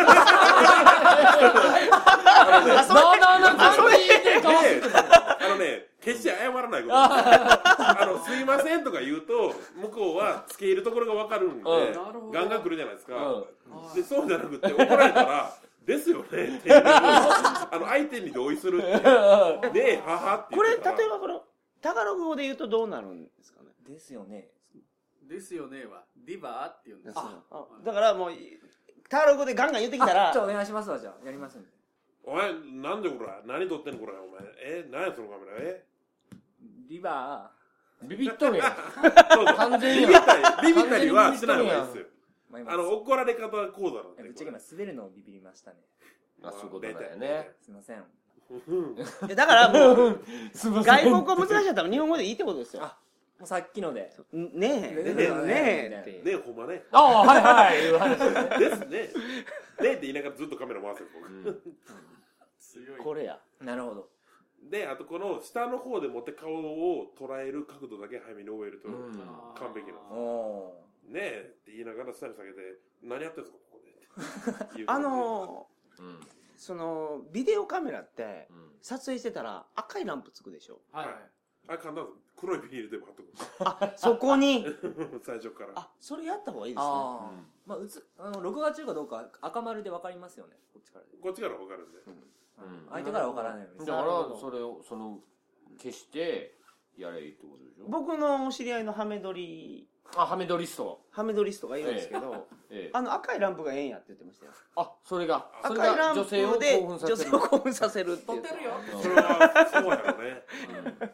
S2: まだな感じでかわすって
S3: あのね、決して謝らな
S2: [LAUGHS]
S3: いこと。あの、すいませんとか言うと、向こうは付け入るところがわかるんで、
S2: うん
S4: なるほど
S3: ガンガン来るじゃないです
S2: うん
S3: か。で、そうじゃなくて、怒られたら、 [LAUGHS] ですよねっていう、あの、相手に同意するっていう。で、ははって
S1: これ
S3: 言っ
S1: 例え
S3: てたら。
S1: ばこれタガログ語で言うとどうなるんですかね
S5: ですよね
S4: ですよねはディバーっていうんです
S1: あだからもうタガログ語でガンガン言ってきたら
S5: あじゃあお願いしますわじゃあやりますんで
S3: お前、なんでこれ、何撮ってんのこれ、お前。え、何やそのカメラ、え。
S5: リバ
S2: ビビっとるやん
S3: そうそう
S2: 完全
S3: ビ
S2: や
S3: ビったり、ビビったりはしない方がいいですよ。
S5: ー、まあ、今
S3: あの、怒られ方講座なんで。
S5: ぶっちゃけ今滑るのをビビりましたね
S2: あそういうことだよね。
S5: すいません
S3: う
S1: い
S3: ん
S1: やだからもう
S2: すいま
S1: 外国語難しかったら日本語でいいってことですよ
S5: あもうさっきので
S1: んねえ
S5: ね
S1: ね
S5: え
S1: えねえって
S3: ねえ、ほんまね。
S2: ああはい [LAUGHS] はいいう話ですね
S3: ですね。ねえって言いながらずっとカメラ回すよ、僕。
S4: 強い
S1: これや
S5: なるほど
S3: で、あとこの下の方で持って顔を捉える角度だけ早めに覚えると、
S2: うん
S3: ね
S4: あー
S3: 完璧な
S5: おお
S3: えって言いながら下に下げて、何やってんすか、ここで。
S1: あの
S2: うん
S1: ーそのビデオカメラって
S2: うん
S1: 撮影してたら赤いランプつくでしょ
S4: はい
S3: あれ簡単です。黒いビニールでも貼っと
S1: そこに
S3: く。 [LAUGHS] 最初から。
S1: あそれやった方がいいですね
S5: ああ、まあうつあの録画中かどうか赤丸でわかりますよねこっちからで、
S3: こっちからわかるんで。
S2: うん
S5: 相手からわからないように
S2: だ
S5: する
S2: か
S1: なるほ
S2: ら
S1: ど
S2: それをその消してやれいいってことでしょ
S1: 僕のお知り合いのハメ撮り
S2: あハメドリスト
S1: ハメ撮りストがいるんですけど、
S2: ええ
S1: あの赤いランプがええんやって言ってましたよ
S2: あそれがそれ
S1: 赤いラ
S2: が
S1: ンプ
S2: 女性を
S1: で
S2: 興奮さ
S1: 女
S2: せ
S1: 性
S2: る
S1: を興奮させるって言って
S4: よ
S3: それは、そうやろね。
S2: うん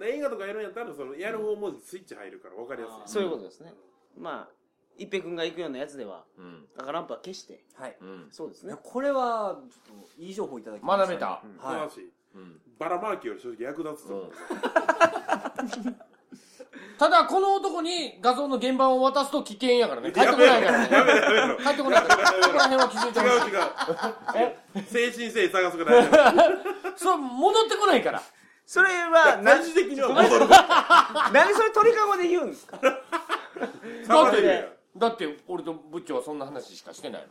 S3: で映画とかやるんやったら、その、やる方もスイッチ入るからわかりやすい。
S1: そういうことですねまあ一平君が行くようなやつでは
S2: うん
S1: 赤ランプは消して
S5: はい、
S2: うん
S1: そうです
S5: い
S1: ね
S5: やこれはちょっといい情報いただきました
S2: 学べた
S1: うん
S5: はい
S3: 正しい。
S2: うん
S3: バラマーキより正直役立つと思う。
S2: ただこの男に画像の現場を渡すと危険やからね帰ってこないからね
S3: やめろやめろ。
S2: 帰ってこないからそこら辺は気づいてほしい [LAUGHS]
S3: 違う違う。精神性探すから大丈
S2: そう戻ってこないから
S1: それは
S3: 夫。
S1: 何
S3: 最終的には戻る。だ
S1: 何でそれ鳥かごで言うんですか
S3: ってね。
S2: だって俺と部長はそんな話しかしてない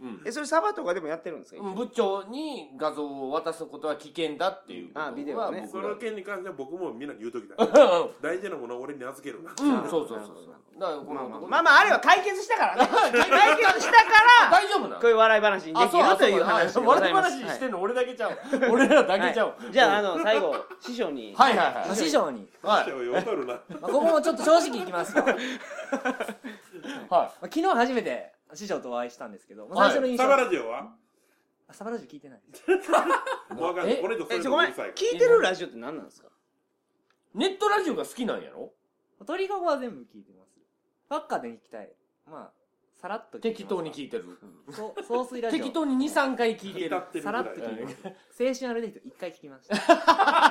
S2: うん
S1: えそれサバとかでもやってるんですか、
S2: うん部長に画像を渡すことは危険だっていうことは
S1: あビデオはね
S2: 僕
S3: そ
S2: ら
S3: の件に関しては僕もみんなに言うときだ
S2: [LAUGHS] う
S3: 大事なものは俺に預けるな、
S2: んうんそうそうそうそうだからこ
S1: まあ
S2: の
S1: まあ
S2: 男
S1: まあまああれは解決したから [LAUGHS] ね解決したから
S2: 大丈夫なの
S1: こういう笑い話にできるという話でございます
S2: 笑い話してんの俺だけちゃう俺らだ
S1: はい
S2: けちゃう
S1: はいじゃああの最後師匠に
S2: はいはい
S5: ま
S2: は
S5: あ師匠に、
S2: いはい
S3: い、よかるな
S5: まあ、ここもちょっと正直い
S2: [LAUGHS]
S5: きますわまあ
S2: は
S5: 昨日初めて師匠とお会いしたんですけど、まあ、
S2: はい
S5: 最初の印象、
S3: サバラジオは
S5: あサバラジオ聞いてないです
S3: わかんない。
S2: え
S3: これとそ
S1: え
S3: れ
S1: ち
S3: と
S1: ょ
S3: う
S1: ごめん
S3: るさいか
S1: 聞いてるラジオって何なんですか
S2: ネットラジオが好きなんやろ
S5: 鳥かごは全部聞いてますばっかで行きたいまあさらっと聞いてます
S2: 適当に聞いてる。
S5: そう総水ラジオ
S2: 適当に2、3回聞い
S3: ら。
S2: てる
S3: 浸。ってるぐ
S5: さ
S3: ら
S5: ら
S3: い
S5: っと
S2: 聞
S5: 聞
S2: い
S5: い
S2: て
S5: て
S2: ま
S5: ますす青春あるデイト一回聞きまし
S3: ね
S5: た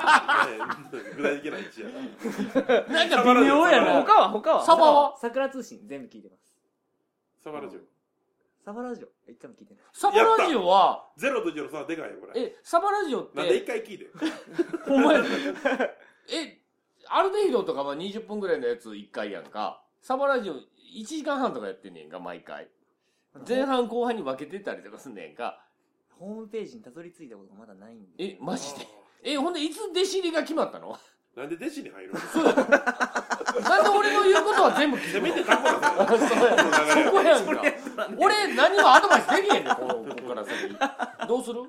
S3: 具体的な位置やな。
S2: なんか微妙やな。
S1: 他は他は
S2: サバは
S5: 桜通信全部聞いてます
S3: サバラジオ。
S5: サバラジオ一回も聞いてない
S2: サバラジオは、
S3: ゼロとゼロさ、でかいよ、これ。
S2: え、サバラジオっ
S3: なんで一
S2: て、
S3: 回聞いて。
S2: ほんまや。え、アルデヒドとかは20分ぐらいのやつ1回やんか。サバラジオ1時間半とかやってんねんか、毎回。前半後半に分けてたりとかすんねんか。
S5: ホームページにたどり着いたことがまだないんで
S2: え、マジでえ、ほんでいつ弟子入りが決まったの
S3: なんで弟子に入るの
S2: なんで俺の言うことは全部聞
S3: せ
S2: く
S3: め
S2: の
S3: てタコだぞ。
S2: そうや
S3: この流れ
S2: そこやんか。俺何もアドバイスできへんねん、このここから先。どうする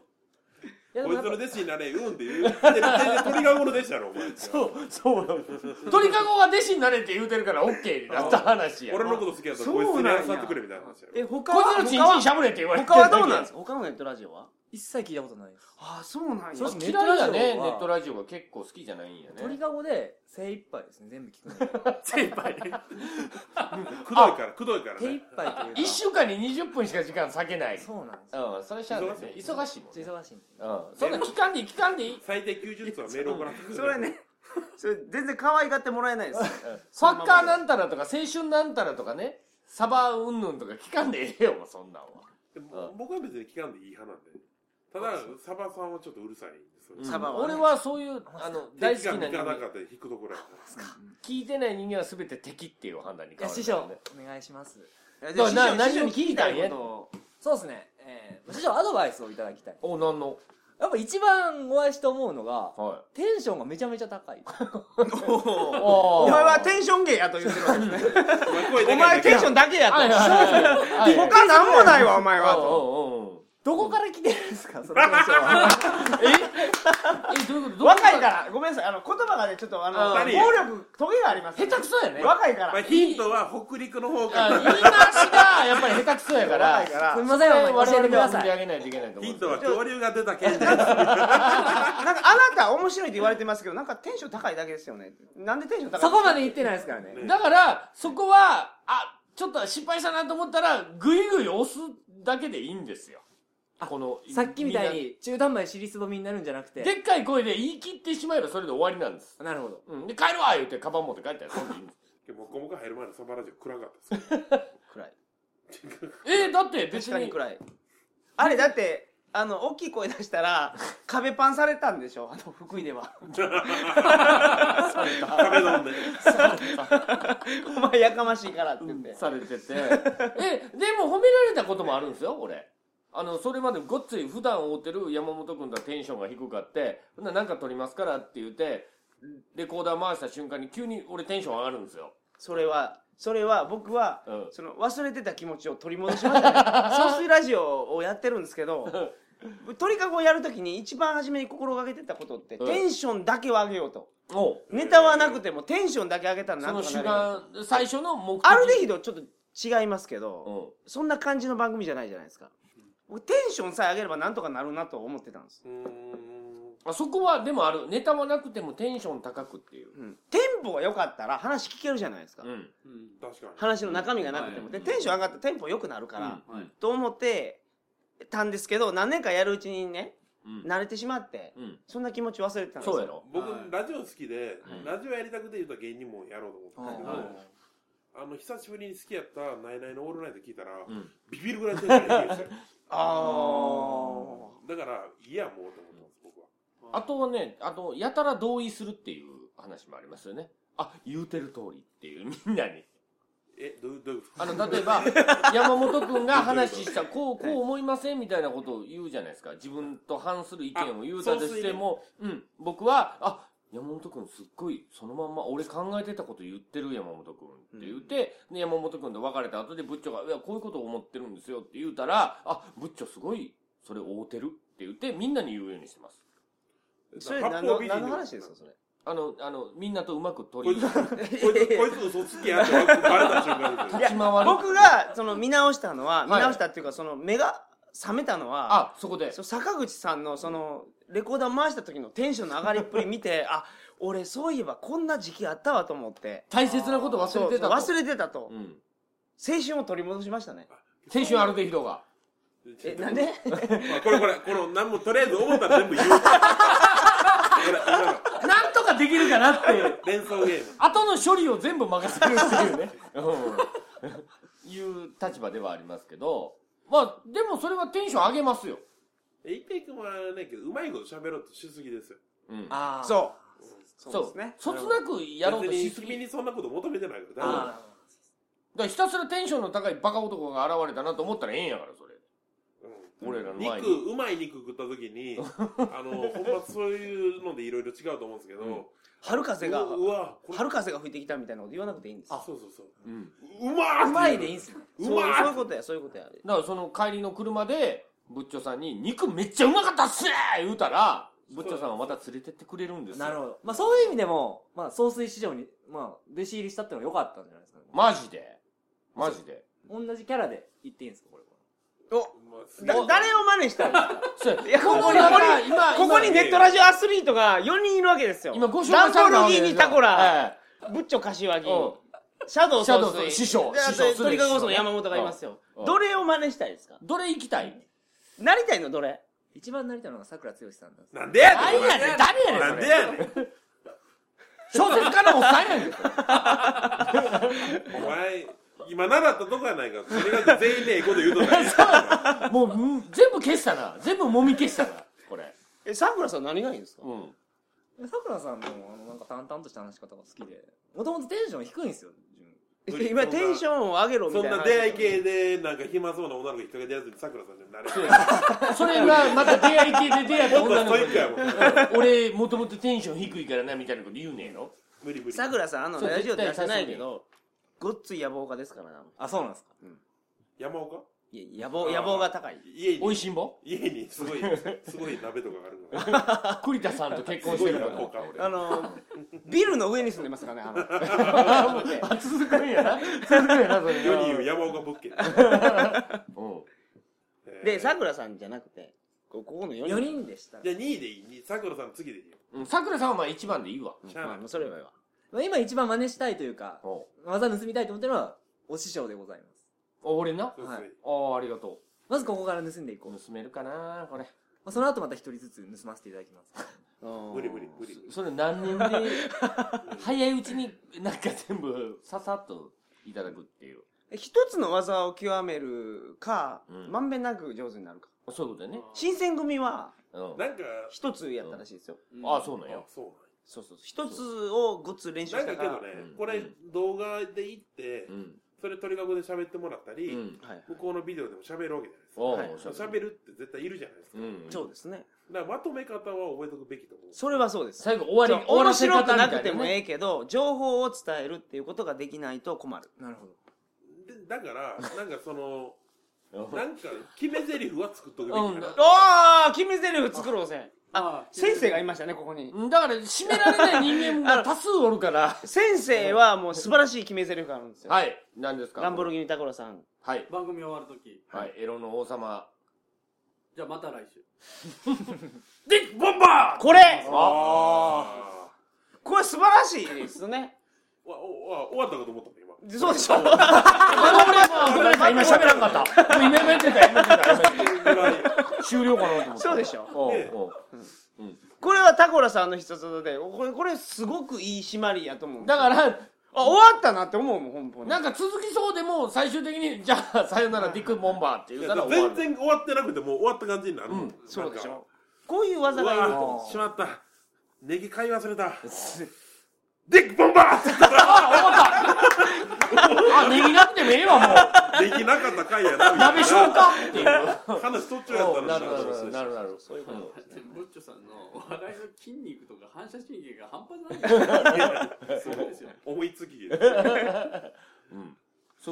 S5: いやで
S3: こい
S5: もや
S3: つ
S5: っ
S3: の
S5: ぱ
S3: 弟子になれ、うんって言う。全然鳥がごの弟子やろ、お前。
S2: そう、そう。鳥かごが弟子になれって言うてるからオッケーになった話や。
S3: 俺
S2: こ
S3: のこと好きやったらこいつにやらさってくれみたいな話や
S1: え
S3: ろ。
S1: 他
S2: いつのチンチンし
S1: は
S2: ゃぶれって言われて
S1: 他はどうなんですか他のネットラジオは
S5: 一切聞いたことないです
S1: ああそうなん
S5: 正
S2: 嫌
S5: 直
S2: いだね、ネ
S5: ネ
S2: ッ
S5: ッ
S2: ト
S5: ト
S2: ラジオが結構好きじゃないんや
S5: 鳥
S2: ね。
S5: かごで精一杯ですね全部聞くのが
S2: 精一杯。
S3: くどいから、くどいから
S5: 手一
S3: ね。
S5: 杯というか
S2: 一週間に20分しか時間割けない。うん、
S5: そうなんですよ
S2: それしゃあないね。忙しいもん
S5: ちょ
S2: ね。
S5: っと忙しいんで
S2: うん。そんな期間でいい、期間でいい。
S3: 最低90通はメール送らせてくれ
S1: それね [LAUGHS] それ全然可愛がってもらえないです
S2: サッカーなんたらとか、青春なんたらとかね、サバうんぬんとか期間でええよ、そんなんは。
S3: でも僕は別に聞かんでいい派なんで。ただ、サバさんはちょっとうるさいんですよ。
S1: サバはね
S2: 俺はそういう、あ
S5: [LAUGHS]
S2: の、大好きな
S3: 聞
S2: 人
S3: かな
S2: 間
S3: かったら引くところやから。
S2: 聞いてない人間は全て敵っていう判断に
S5: い
S2: 変
S5: や
S2: わる
S5: 師
S2: から
S5: 匠
S2: ね、
S5: お願いします
S1: じゃあ師
S2: な
S1: 匠
S2: 何
S1: 師匠
S2: を
S1: に
S2: 聞いたんや
S1: ことを
S5: そうですね、えー、師匠アドバイスをいただきたい
S2: おなんの
S5: やっぱ一番お会いして思うのが
S2: はい
S5: テンションがめちゃめちゃ高い
S1: おお
S2: お
S1: お前は
S2: ン
S1: テンション芸やと言ってるわけですね
S3: お前声でか
S1: お
S3: いだ
S1: 前
S3: け
S1: テ
S3: や
S1: ンションだけやと
S5: [LAUGHS]
S2: はいはいはいはい
S1: 他なんもないわお前はと
S5: どこから来てるんですかそのテンションは
S2: ええどういうこと
S1: 若いかららごめんなさいあの言葉がねちょっとあの
S2: あ
S1: 暴
S3: ー
S1: 力トゲがあります
S2: 下手くそやね
S1: 若いから
S3: まあ、ヒントは北陸の方
S2: あ
S3: か
S2: 言い回しがやっぱり下手くそやから
S1: 若いから
S5: すみません
S2: 我
S5: お前教え
S2: 々
S5: てく
S2: が
S5: だ
S2: 振
S5: さ
S2: り上
S5: い
S2: げないといけないと
S3: ら。
S2: 思
S3: ヒ
S2: う
S3: ントは恐竜が出た県です。
S1: なんかあなた面白いって言われてますけどなんかテンション高いだけですよねなんでテンション高い
S5: そこまで言ってないですからね
S2: だからそこはあちょっと失敗したなと思ったらグイグイ押すだけでいいんですよこの
S5: さっきみたいに中途半端に尻すぼみになるんじゃなく
S2: み
S5: て
S2: んなでっかい声で言い切ってしまえばそれで終わりなんです
S5: なるほど
S2: うん、で帰るわ言ってカバン持って帰ったらそんでいいんです
S3: もう、こもか入る前のサバラジオ暗かったです。
S1: 暗い
S2: えー、だって
S1: [LAUGHS]
S2: 別
S1: 確かに
S2: に
S1: 暗いあれだってあの大きい声出したら壁パンされたんでしょあの福井では [LAUGHS]
S3: 壁ドンで。
S1: お前やかましいからって言って、
S2: さ
S1: [LAUGHS]
S2: れててえでも褒められたこともあるんですよ俺あのそれまでごっつい普段会うてる山本君とはテンションが低かってほんならなんか撮りますからって言ってレコーダー回した瞬間に急に俺テンション上がるんですよ
S1: それはそれは僕は、
S2: うん
S1: その忘れてた気持ちを取り戻し
S2: [LAUGHS]
S1: ましたね総水ラジオをやってるんですけど鳥かごをやるときに一番初めに心がけてたことって、
S2: うん
S1: テンションだけを上げようと
S2: おう
S1: ネタはなくてもテンションだけ上げたらな
S2: そ
S1: ん
S2: の
S1: とかな
S2: 主
S1: るよ
S2: 眼最初の目的
S1: あるデヒドちょっと違いますけど、
S2: うん
S1: そんな感じの番組じゃないじゃないですか。僕テンションさえ上げればなんとかなるなと思ってたんです。
S3: うーん。
S2: あそこはでもあるネタはなくてもテンション高くっていう
S1: うん、テンポが良かったら話聞けるじゃないですか。
S2: うん
S4: うん
S3: 確か
S1: 話の中身がなくても。
S4: うん
S1: で、テンション上がったらテンポ良くなるから、
S2: うん
S4: はい
S1: と思ってたんですけど、何年かやるうちにね、
S2: うん
S1: 慣れてしまって、
S2: うん
S1: そんな気持ち忘れてたんですよ
S2: そうやろ
S3: に。僕、
S4: はい
S3: ラジオ好きで、
S2: うん
S3: ラジオやりたくて言うたら芸人もやろうと思ったけど、
S2: はい
S3: あの、久しぶりに好きやった、ナイナイのオールナイト聞いたら、
S2: うん
S3: ビビるぐらいテンション上がるんですよ。
S1: あ
S3: だから、いや、もうと思ったんです、僕は。
S2: あとはね、あと、やたら同意するっていう話もありますよね。あ、言うてる通りっていう、みんなに。
S3: え、どういう、どういうこと
S2: あの、例え [LAUGHS] ば、山本くんが話した、こう、こう思いませんみたいなことを言うじゃないですか。自分と反する意見を言うたとしても、うん、僕は、あ、山本くんすっごい、そのまんま、俺考えてたこと言ってる山本くんって言って、で、山本くんと別れた後で部長が、いや、こういうことを思ってるんですよって言うたら、あ、部長すごい、それ合うてるって言って、みんなに言うようにしてます。
S1: ー。それ何の何の話ですか、それ。
S2: あの、あの、みんなとうまく取
S3: こい
S2: り
S3: つ、、こいつ、こいつ嘘つきやって、バレた瞬間ですよ
S2: 立ち回る。
S1: 僕がその見直したのは、見
S2: はい
S1: 直したっていうか、その目が冷めたのは
S2: あそこで
S1: そう坂口さんのそのレコーダー回した時のテンションの上がりっぷり見て
S2: [LAUGHS]
S1: あ俺そういえばこんな時期あったわと思って
S2: 大切なこと忘れてたと
S1: そうそう忘れてたと、
S2: うん
S1: 青春を取り戻しましたね
S2: 青春アルデヒドが
S1: えなん
S2: [LAUGHS]
S1: で
S3: まあこれこれ、この、なんも、とりあえず思ったら全部言う。これ今の
S2: なんとかできるかなって
S3: 連想ゲーム。
S2: 後の処理を全部任せるっていうね、うん、いう立場ではありますけどまあでもそれはテンション上げますよ、
S3: え一平君はね、けどうまいこと喋ろうとしすぎですよ。
S2: うん、
S5: ああう
S1: そう
S2: そう
S1: ですね
S2: そつなくやろうとしす
S3: 別
S2: ぎ
S3: に君にそんなこと求めてないから、大丈
S5: あ
S2: だからひたすらテンションの高いバカ男が現れたなと思ったらええんやからそれ
S3: 夫。うん
S2: 俺らの前
S3: 肉
S2: に
S3: うまい肉食った時にあのほんまそういうのでいろいろ違うと思うんですけど、
S2: うん
S1: 春風が
S3: ううわこれ
S1: 春風が吹いてきたみたいなこと言わなくていいんですよ
S3: そうそうそう
S2: うん、
S3: うまー
S5: うまいでいいん
S3: す
S5: すね
S3: う
S1: そう
S3: ま
S1: そうい
S3: ー
S1: うことやそういうことや
S2: だからその帰りの車でブッチョさんに「肉めっちゃうまかったっすね!」言うたらブッチョさんはまた連れてってくれるんですよ
S5: なるほどまあそういう意味でもまあ総帥市場にまあ弟子入りしたってのは良かったんじゃないですかね
S2: マジでマジで
S5: 同じキャラで言っていいんですかこれ
S1: お
S3: うまいす
S1: だ
S3: ごい
S1: 誰を真似したんですか
S2: そう
S1: いやここに
S2: だか
S1: こ
S2: ら
S1: こ
S2: 今
S1: ここにネットラジオアスリートが4人いるわけですよ
S2: 今ご紹
S1: ダ
S2: 介
S1: ン
S2: された
S1: ボ
S2: わ
S1: ル
S2: け
S1: ギー
S2: でしょ
S1: ニタコラ
S2: は
S1: ブッチョ柏木
S2: いうん
S1: シャドウ
S2: シャドウ
S1: 総帥
S2: 師匠
S1: であ
S2: 師匠
S1: と鳥かご
S2: 師匠
S1: の
S2: ね
S1: 山本がいますよ
S2: うん
S1: どれを真似したいですか
S2: どれ行きたい
S1: なりたいのどれ
S5: 一番なりたいのが桜剛さんなんです
S3: なんでや
S2: 何
S3: ねん
S2: やねん誰やねん
S3: な
S2: そ
S3: ん
S2: れ
S3: でやねん
S2: 小説家のおっさんやねん
S3: お前今習ったとこやないかそれが全員ねええこと言うとない
S2: もううん全部消したな全部揉み消したなこれ
S1: えさくらさん何がいいんですか
S2: うん
S5: 桜さんもあのなんか淡々とした話し方が好きでもともとテンション低いんですよ自
S3: 無理
S1: 今テンションを上げろみ
S3: そ
S1: たい
S3: ん
S1: な
S3: な出会い系でなんか暇そうな女の子引っ掛けてやつにさくらさんになれる
S2: それがまた出会い系で出会った
S3: もっ
S2: 女
S3: と
S2: の子
S3: スト
S2: に
S3: イックやもん
S2: うん俺もともとテンション低いからなみたいなこと言うねんの
S3: 無理無理
S1: さくらさんあの
S2: そう
S1: ラジオで出してないけどごっつい野望家ですからな
S5: あそうなんですか
S3: 山岡
S1: いや野望野望が高い
S3: 家
S2: おい
S3: に
S2: しんぼ
S3: 家にすごいすごい鍋とかがあるの
S2: 栗田さんと結婚してるから
S3: すごいな
S1: あのビルの上に住んでますからねあの [LAUGHS]
S2: あ続くんやな続くんやなそれ
S3: 世に言う山岡物件
S2: うん
S1: で、さくらさんじゃなくて、こここの4人。
S5: 4人でした
S3: じゃあ2位でいいさくらさん次でいいよ
S2: うんさくらさんはまあ一番でいいわ
S3: しゃあ
S1: ま
S3: な
S1: あ
S3: い
S1: もうそれはいいわ。
S5: まあ今一番真似したいというか
S2: お
S5: 技盗みたいと思ってるのはお師匠でございます
S2: 俺な
S3: そうそう
S2: ああありがと
S5: まずここから盗んでいこう
S2: う
S5: ま
S2: 盗めるかなこれ
S5: あその後また一人ずつ盗ませていただきます
S1: 無
S3: 無理無理無理
S2: それ何年で
S1: [LAUGHS]
S2: 早いうちになんか全部ささっといただくっていう
S1: 一つの技を極めるか
S2: う、ん
S1: まんべんなく上手になるか。
S2: そういうことだよね
S1: 新選組は、
S2: うん
S3: なんか
S1: 一つやったらしいですよ。
S4: うん
S2: ああそうなんや
S3: あそうなんや
S1: そうそう。一つをごっつ練習
S3: な
S1: し
S3: ん
S1: たか
S3: かけ
S1: ら。
S3: どね、
S2: うん
S3: これ動画で行って、
S2: うん
S3: それ鳥かごで喋ってもらったり、
S2: うん
S1: はい。
S3: 向こうのビデオでも喋るわけじゃないですか
S2: おう
S1: はい
S2: おしゃべり
S3: 喋るって絶対いるじゃないですか、
S2: うん
S1: そうですね。
S3: だからまとめ方は覚えておくべきと思う
S1: それはそうです。
S2: 最後終わり終
S1: 面
S2: わらせ方
S1: 白
S2: みた
S1: く
S2: いな
S1: な
S2: ね
S1: くてもええけど、情報を伝えるっていうことができないと困る。
S5: なるほど
S3: でだからなんかそ
S2: [LAUGHS]
S3: の
S2: うん
S3: なんか決め台詞は作っとくべきか
S2: うん
S3: な、
S1: おー決め台詞作ろうぜ。あ
S4: あ、
S1: 先生がいましたね、ここに。
S2: うんだから締められない人間が多数おるから
S1: 先生 [LAUGHS] はもう素晴らしい決め台詞があるんですよ。
S2: はい何ですか
S1: ランボルギーニタコラさん。
S2: はい
S4: 番組終わるとき
S2: はいエロの王様
S4: じゃあまた来週
S2: ディックボンバ
S1: これ
S2: あ
S3: あ
S1: これ素晴らしいですね。
S3: ーわおわ終わったかと思ったもん今
S1: そうでしょ
S2: あごめんなさい今喋らんかったもう今やめてた今やめてた今やめてた終了かなと思っ
S1: [LAUGHS]
S2: た
S1: そうでしょ
S2: おう
S3: ええ
S2: おう
S1: これはタコラさんの必殺で、これ、これすごくいい締まりやと思う。
S2: だから
S1: あ、終わったなって思うもん、本当に。
S2: なんか続きそうでも最終的にじゃあさよならディックボンバーって言
S3: [LAUGHS]
S2: うたら終わ
S3: 全
S2: る
S3: 然終わってなくてもう終わった感じになるもん、
S2: うん
S1: そうでし
S3: なんか
S1: ょこういう技
S3: う
S1: がいると
S3: わ
S1: 思
S3: ーしまったネギ買い忘
S2: [LAUGHS]
S3: れたディックボンバー
S2: あネギなくてもええわもう
S3: できなかった回や
S2: [LAUGHS]
S3: なみたいな
S2: 鍋消化っていう
S3: 話とっちゃうやった
S2: な
S3: ら
S2: るなるなるなるそういうこ
S4: ブッチョさんの笑いの筋肉とか反射神経が半端ないそうですよ
S3: [LAUGHS] 思いつき
S2: うんそうい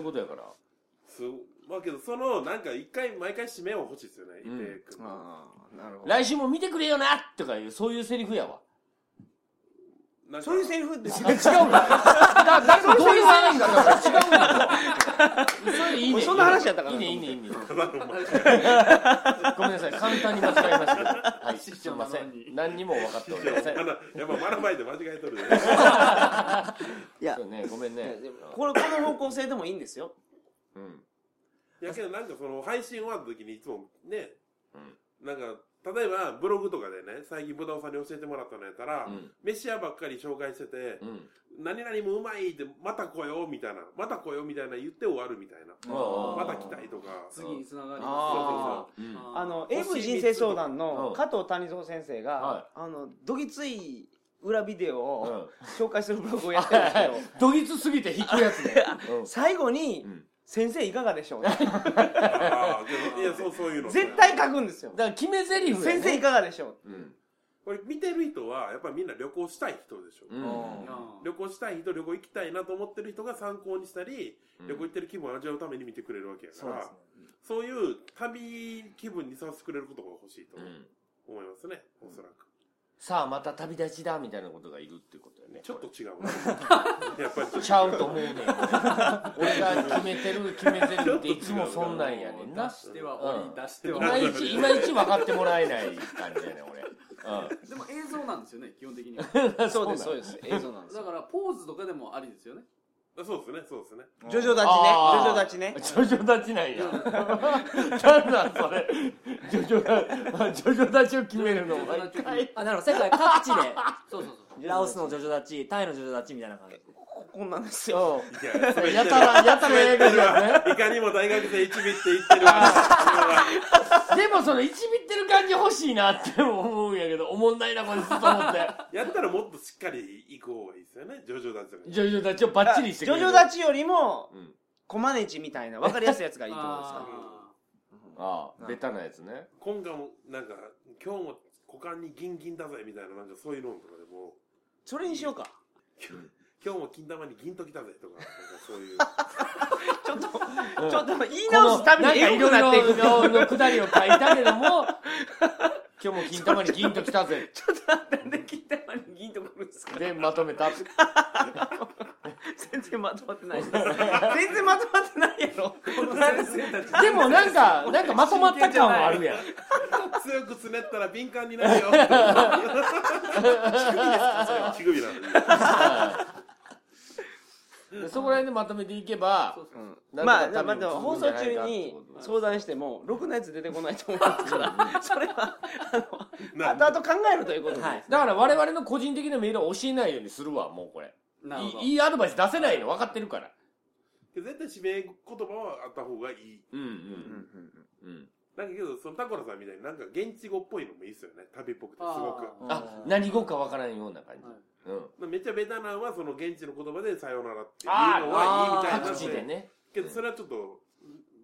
S2: うことやから
S3: そうまあけどそのなんか一回毎回締めは欲しいですよね伊
S2: うん
S3: 平君
S1: う。
S3: も
S1: ああ、なるほど。
S2: 来週も見てくれよなとかいうそういうセリフやわ
S3: なんか
S1: そういうセリフです
S2: 違う
S1: よ。
S2: んだだ誰もどういう話なんだから違うんだよそれいいね
S1: そんな話話やったか
S2: いい
S1: ら
S2: ね、いいね、いいね。ごめんなさい、簡単に間違えました。はい、すいません。何にも分かっておりません。
S3: まだやっぱマラマイで間違えとるよね。
S1: いや
S2: そうね、ごめんね。
S1: これこの方向性でもいいんですよ
S2: うん。
S3: いやけどなんかその配信終わった時にいつもね、
S2: うん
S3: なんか例えばブログとかでね最近ブドウさんに教えてもらったのやったら、
S2: うん
S3: 飯屋ばっかり紹介してて、
S2: うん。
S3: 何々もうまいってまた来ようみたいなまた来ようみたいな言って終わるみたいな
S2: あ
S3: また来たいとか
S4: 次に繋がり
S1: あ
S4: ま
S2: ーうん
S1: あの
S4: 星
S1: AV 人生相談
S2: う
S1: の
S2: ん
S1: 加藤谷蔵先生が
S2: は
S1: あのどぎつい裏ビデオ
S2: う
S1: を
S2: ん。
S1: 紹介するブログをやってるんですけど
S2: [LAUGHS] どぎつすぎて引くやつね。
S1: 最後に
S2: うん
S1: 「先生いかがでし
S2: [LAUGHS]
S1: ょう?」って
S3: ああでもいやそうそういうの
S1: 絶対書くんですよ
S2: だから決め台
S1: 「
S2: 詞やね。
S1: 先生いかがでしょう?
S2: うん。
S3: これ見てる人はやっぱりみんな旅行したい人でしょ、
S2: うん。
S4: すようん
S3: 旅行したい人旅行行きたいなと思ってる人が参考にしたり、旅行行ってる気分を味わうために見てくれるわけやか
S5: そう
S3: ら
S5: ですね
S3: そういう旅気分にさせてくれることが欲しいと
S2: うん
S3: 思いますね、おそらく。
S2: さあ、また旅立ちだ、みたいなことがいるってことよね。
S3: ちょっと違うな。 [LAUGHS] やっぱりちょっ
S2: ちゃうと思うねん。俺が決めてる、決めてるっていつもそんなんやねんな
S4: 出。しては
S2: うん
S4: 折り出し
S2: い
S4: ては
S2: ま
S4: 折り
S2: いち、いまいち分かってもらえない感じやねん、俺。
S4: でも映像なんですよね基本的には
S2: う
S1: [LAUGHS]
S2: ん。
S1: そうです
S2: な
S1: そ
S2: の
S1: うです映像なんです
S4: だからポーズとかでもありですよね
S3: とそうですね、そうですね。
S1: ジョジョ立ちね
S2: あー
S1: ジョジョ立ちね
S2: ジョジョ立ちなんや。なんなんそれ。ジョジョだ、ジョジョ立ちを決めるの。毎回
S5: あなるほど世界各地
S4: そうそうそう
S5: でラオスのジョジョ立ちタイのジョジョ立ちみたいな感じ
S1: こんなんですよ
S2: そ
S3: いや、それ
S2: う。やたら、やたらややこしいや
S3: いかにも大学生一味って言ってるわ。
S2: つね。でもその、いちびってる感じ欲しいなって思うんやけど、おもんないな、これ、ずっと思って。
S3: やったらもっとしっかり行く方がいいですよね、ジョジョだって。
S2: ジョジョ立ちをバッチリして
S1: ジョ
S2: く
S1: ジ
S2: れる。
S1: ョ立ちよりも
S2: うん
S1: コマネチみたいな分かりやすいやつがいいと思うんですか
S4: あ
S2: ああ、ベタなやつね。
S3: 今回も、なんか、今日も股間にギンギンだぜみたいな、なんかそういうのとかでも、
S1: それにしようか
S3: 今日も金玉に銀ときたぜとか、なんかそういう。
S1: ちょっとち
S2: うん
S1: ょっと言い直すたびにエグくなっていく
S2: このなんかいろいろのくだりを書いたけども、今日も金玉に銀ときたぜ。
S1: ちょっと待ってなんで金玉に銀とくるんですか
S2: で、まとめた。
S1: 全然まとまって
S2: [LAUGHS]
S1: ないです全然まとまってないやろ
S2: でもなんか、なんかまとまった感はあるやん。
S3: 強くつねったら敏感になるよ。乳首ですか、それは。乳首なのに。
S2: でそこら辺でまとめていけば、なん
S1: まあ
S2: とか
S1: まあ
S2: 旅
S1: で
S2: に
S1: も
S2: も
S1: 放
S2: 続く
S1: 送
S2: んじゃないか
S1: 中に
S2: ってことだ
S1: 相談してもろくなやつ出てこないと思いますからそれは
S3: な
S1: 後々考えるということで、
S5: はい
S2: だから我々の個人的なメールを教えないようにするわ、もうこれ。
S4: ーなるほど
S2: いいいいアドバイス出せないの分かってるから。
S3: 絶対指名言葉はあった方がいい。
S2: うんうんうん。
S3: なんかけど、そのタコラさんみたいになんか現地語っぽいのもいいですよね。旅っぽくて、すごく。
S4: あ
S2: あ、何語か分からんような感じ
S4: は。
S2: うん。
S3: めっちゃベタなのは、その現地の言葉でさよならっていうのはいいみたいな
S2: 各
S3: ん
S2: 地でね。
S3: けど、それはちょっと、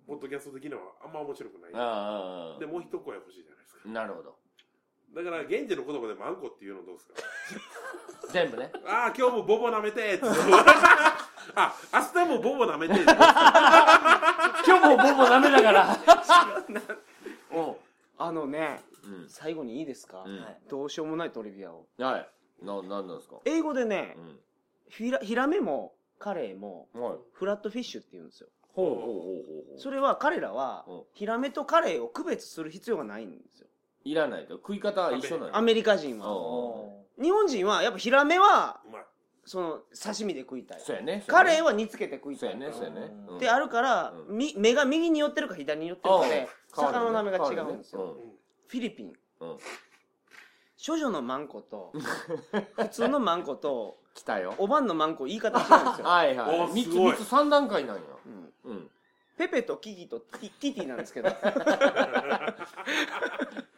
S3: ポッドキャスト的にはあんま面白くない。
S2: あ
S3: で、もう一声欲しいじゃないですか。
S2: あ、なるほど。
S3: だから、現地の言葉でマンコっていうのどうですか
S2: 全部ね。
S3: ああ、今日もボボ舐めてーって [LAUGHS] あ、明日もボボ舐めてーって
S2: 今日もボンボダメだから。おう
S1: あのね
S2: うん。
S1: 最後にいいですか、
S2: うん
S1: どうしようもないトリビアを
S2: はい。な、なんなんですか
S1: 英語でね
S2: う
S1: ひらヒラメもカレイも
S2: ん。はい。
S1: フラットフィッシュって言うんですよ
S2: ほうほうほうほうほ
S1: それは彼らは
S2: うん
S1: ヒラメとカレイを区別する必要がないんですよ
S2: う。いらないと。食い方は一緒なの。
S1: アメリカ人は
S2: そ
S1: 日本人はやっぱヒラメは
S3: うまい。
S1: その刺身で食いたいう
S2: やね。
S1: カレイ
S2: は。
S1: は煮つけて食い
S2: そ
S1: た
S2: うや
S1: い
S2: ね、そうやね。うん
S1: であるから、
S2: うん
S1: み目が右に寄ってるか左に寄ってるかで
S2: 変わる
S1: 魚
S2: よ
S1: の
S2: ね
S1: 名前が違うんですよ、
S2: 変わるね
S1: フィリピン
S2: うん。うん
S1: 処女のマンコ
S2: [LAUGHS]
S1: と普通のマンコと
S2: 来たよ。
S1: おばんのマンコ言い方違うんです
S2: [LAUGHS]
S1: よ、
S2: はいは
S3: お
S2: い。
S3: す
S2: 三つ、
S3: ごい
S2: 三つ三段階なんや。
S1: うん
S2: うん。
S1: ペペとキキとティティティなんですけどこ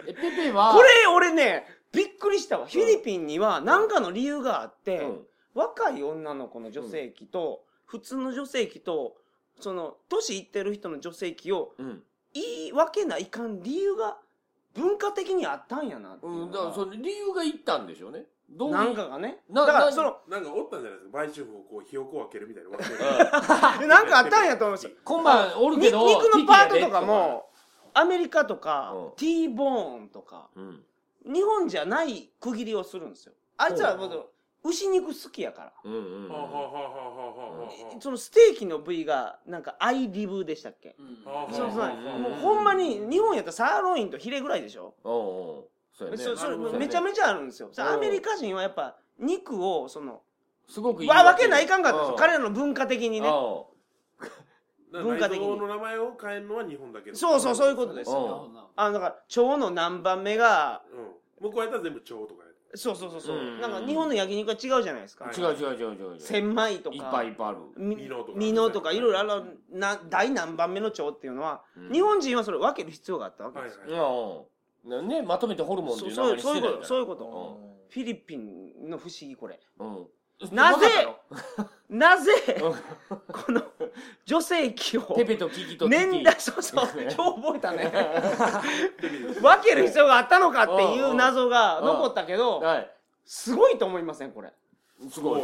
S2: え、ペペは。
S1: れ俺ねびっくりしたわフィリピンには何かの理由があって、
S2: うん
S1: 若い女の子の女性器と、普通の女性器とその年いってる人の女性器を
S2: うん。
S1: 言い訳ないかん理由が文化的にあったんやなっていう
S2: う
S1: の
S2: ん。
S1: が
S2: だから、その理由が言ったんでしょうね。どういう
S1: なんかがね。
S2: な
S1: だか
S2: な
S1: ら、その、
S3: なんかおったんじゃないですか。買収法をこう、ひよこを開けるみたいな分ける。
S1: え [LAUGHS] なんかあったんやと [LAUGHS] 思うし、
S2: 今晩おる
S1: に
S2: け
S1: 肉
S2: ど。
S1: のパートとか
S2: ピ
S1: も、アメリカとか
S2: うん、
S1: T ボーンとか、
S2: キやで。うん。
S1: 日本じゃない区切りをするんですよ。あいつら
S2: ほう
S1: 僕、牛肉好きやから。
S2: うんうんうん。
S3: はあはあはあはあはあはあうん
S1: そのステーキの部位がなんかアイリブでしたっけ、
S4: うん
S3: あー
S1: そうそう
S3: うん
S1: もうほんまに日本やったらサーロインとヒレぐらいでしょ、
S2: おうおうそうやね
S1: そそれ
S3: なるほど
S1: めちゃめちゃあるんですよそれ
S2: うん
S1: アメリカ人はやっぱ肉をその
S2: すごくいい
S1: わ分けないかんかったんです
S2: う
S1: よ彼らの文化的にね
S2: お
S1: 文化的に
S3: 内臓の名前を変えるのは日本だけ
S1: そうそうそういうことです
S2: う
S1: よ
S2: ん
S4: なるほどな
S1: あのだから腸の何番目が
S3: うん、向こうやったら全部腸とかやる
S1: そうそうそうそう
S2: うん
S1: なんか日本の焼肉は違うじゃないですか
S3: は
S2: う違う違う違う違う違う
S1: 千枚とか
S2: いっぱいいっぱいある
S1: み
S3: 美濃とか
S1: 美濃とかいろいろあるな大何番目の腸っていうのは、
S2: うん
S1: 日本人はそれ分ける必要があったわけ
S3: はい
S1: で
S3: は
S1: すよ、
S3: い、
S2: うんうんねまとめてホルモンって
S1: そ
S2: いうう
S1: そう
S2: 名前
S1: いう
S2: に
S1: そういうこと
S2: してたんだ
S1: そういうこと、
S2: う
S1: フィリピンの不思議これ
S2: うん
S1: なぜ
S2: うまかっ
S1: なぜ、
S2: う
S1: この女性器
S2: た
S1: を
S2: よペペとキキとキキ
S1: 年代そうそうよう覚えた
S2: [LAUGHS]
S1: ね
S3: テレビです
S1: 分ける必要があったのかってい
S2: うんう
S1: うん謎が残ったけど
S2: はい
S1: すごいと思いませんこれ
S2: す
S3: すご
S2: ご
S3: い
S2: い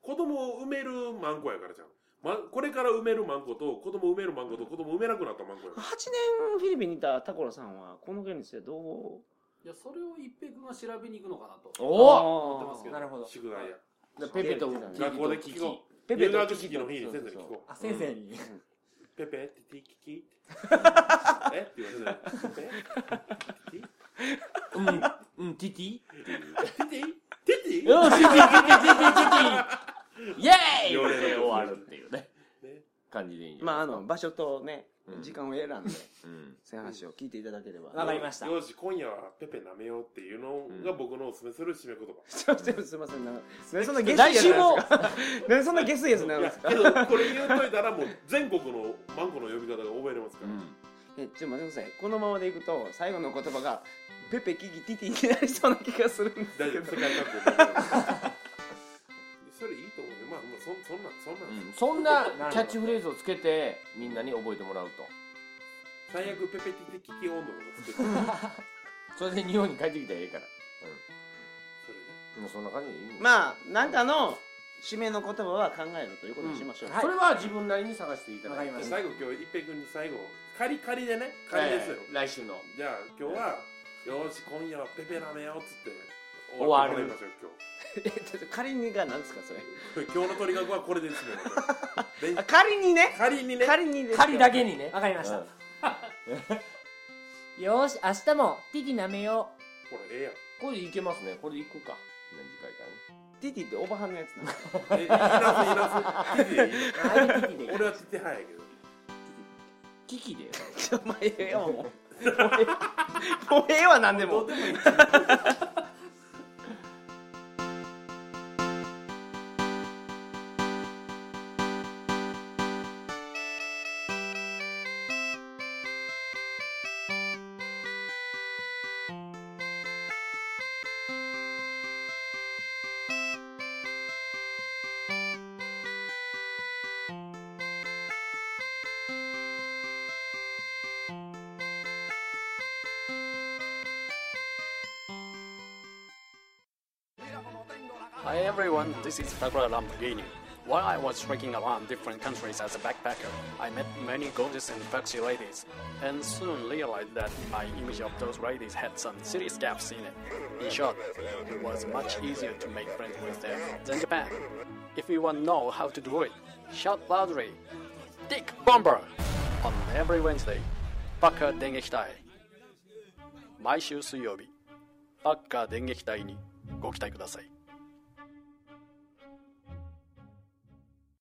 S3: 子供を産めるマンコやからじゃん、ま、これから産めるマンコと子供産めるマンコと子供産めなくなったマンコやか
S1: 8年フィリピンにいたタコラさんはこの件についてどう
S4: いやそれを一平君が調べに行くのかなと
S2: おお
S4: 思って
S1: あ
S4: ま
S1: ー
S4: すけど
S5: なるほ
S3: ら
S5: ど。
S3: 宿題や
S2: でペペとキキ
S3: 学校で
S2: と
S3: 聞
S2: キキ
S3: こう
S1: ペ
S3: 入
S1: ペと
S3: 学
S1: キキ
S3: 式の日に先生に聞こう
S5: あ、先生に。
S3: ペペティティキ
S1: [LAUGHS]
S3: キえって言われてないペペティ
S2: うんうんティティ
S3: ティティティティ
S2: よし、ティティティティティティイェーイ
S3: よれよれ
S2: で終わるっていうね
S3: ね。
S2: 感じでいいんじゃ
S1: まあ
S2: な
S1: あ
S2: いです
S1: の
S2: か。
S1: 場所とね、
S2: うん
S1: 時間を選んで
S2: うん
S1: そういう話を聞いていただければ、
S5: わかりました
S3: よし今夜はペペ舐めようっていうのが僕のおすすめする締め言葉
S1: [LAUGHS] すいませんすいませんなんかなんでそんなゲス
S2: 来
S1: イ
S2: 週
S1: やなん
S2: も
S1: ですかなんで [LAUGHS] そんなゲスイやつなん
S3: い
S1: で
S3: や
S1: すか
S3: けどこれ言うといたらもう全国のマンコの呼び方が覚えれますか
S2: う
S3: ら、
S2: ん
S1: えちょっと待ってくださいこのままでいくと最後の言葉がペペキキティティになりそうな気がするんです
S3: 大
S1: け
S3: 丈夫
S1: ど
S3: 世界各国覚えれますそれいいと思うよまあまあそんそんなんそんなん、
S2: うんそんなキャッチフレーズをつけてみんなに覚えてもらうと。
S3: 最悪ペペティティキキ温度とか作って
S1: [LAUGHS]
S2: それで日本に帰ってきたらええから。
S3: それで
S2: もうそんな感じでいいもん
S1: まあなんかの締めの言葉は考えるということにしましょう、
S5: はい
S2: それは自分なりに探していただいて。
S5: わかりました
S3: 最後今日一平君に最後仮仮でね仮ですよ、
S2: えー来週の。
S3: じゃあ今日は、よーし今夜はペペラめようっつってってもらいましょう
S1: えちょっと仮にが何ですかそれ
S3: 今日今日の鳥学はこれですね
S1: [LAUGHS] あ仮にね
S3: 仮にね
S1: 仮にですよ
S2: 狩りだけにね。
S5: わかりました
S2: うん。
S5: よーし、明日もティティ舐めよ
S3: これええやん
S2: これでいけますね。これでいくか。次回
S1: ティティ
S2: からね。
S1: っておばはんのやつなんです
S3: え、いらずいらず。ティティでいい
S5: あれティティでいい
S3: の。俺はティティ派やけど。
S2: 危機で。
S1: ちょお前ええよもうもうええわ何でも
S3: どうでもいい。
S6: Hi everyone, this is Takura Lamborghini. While I was trekking around different countries as a backpacker, I met many gorgeous and foxy ladies, and soon realized that my image of those ladies had some serious gaps in it. In short, it was much easier to make friends with them than Japan. If you want to know how to do it, shout loudly, Dick Bomber! on every Wednesday, バカ電撃隊。毎週水曜日、バッカ電撃隊にご期待ください。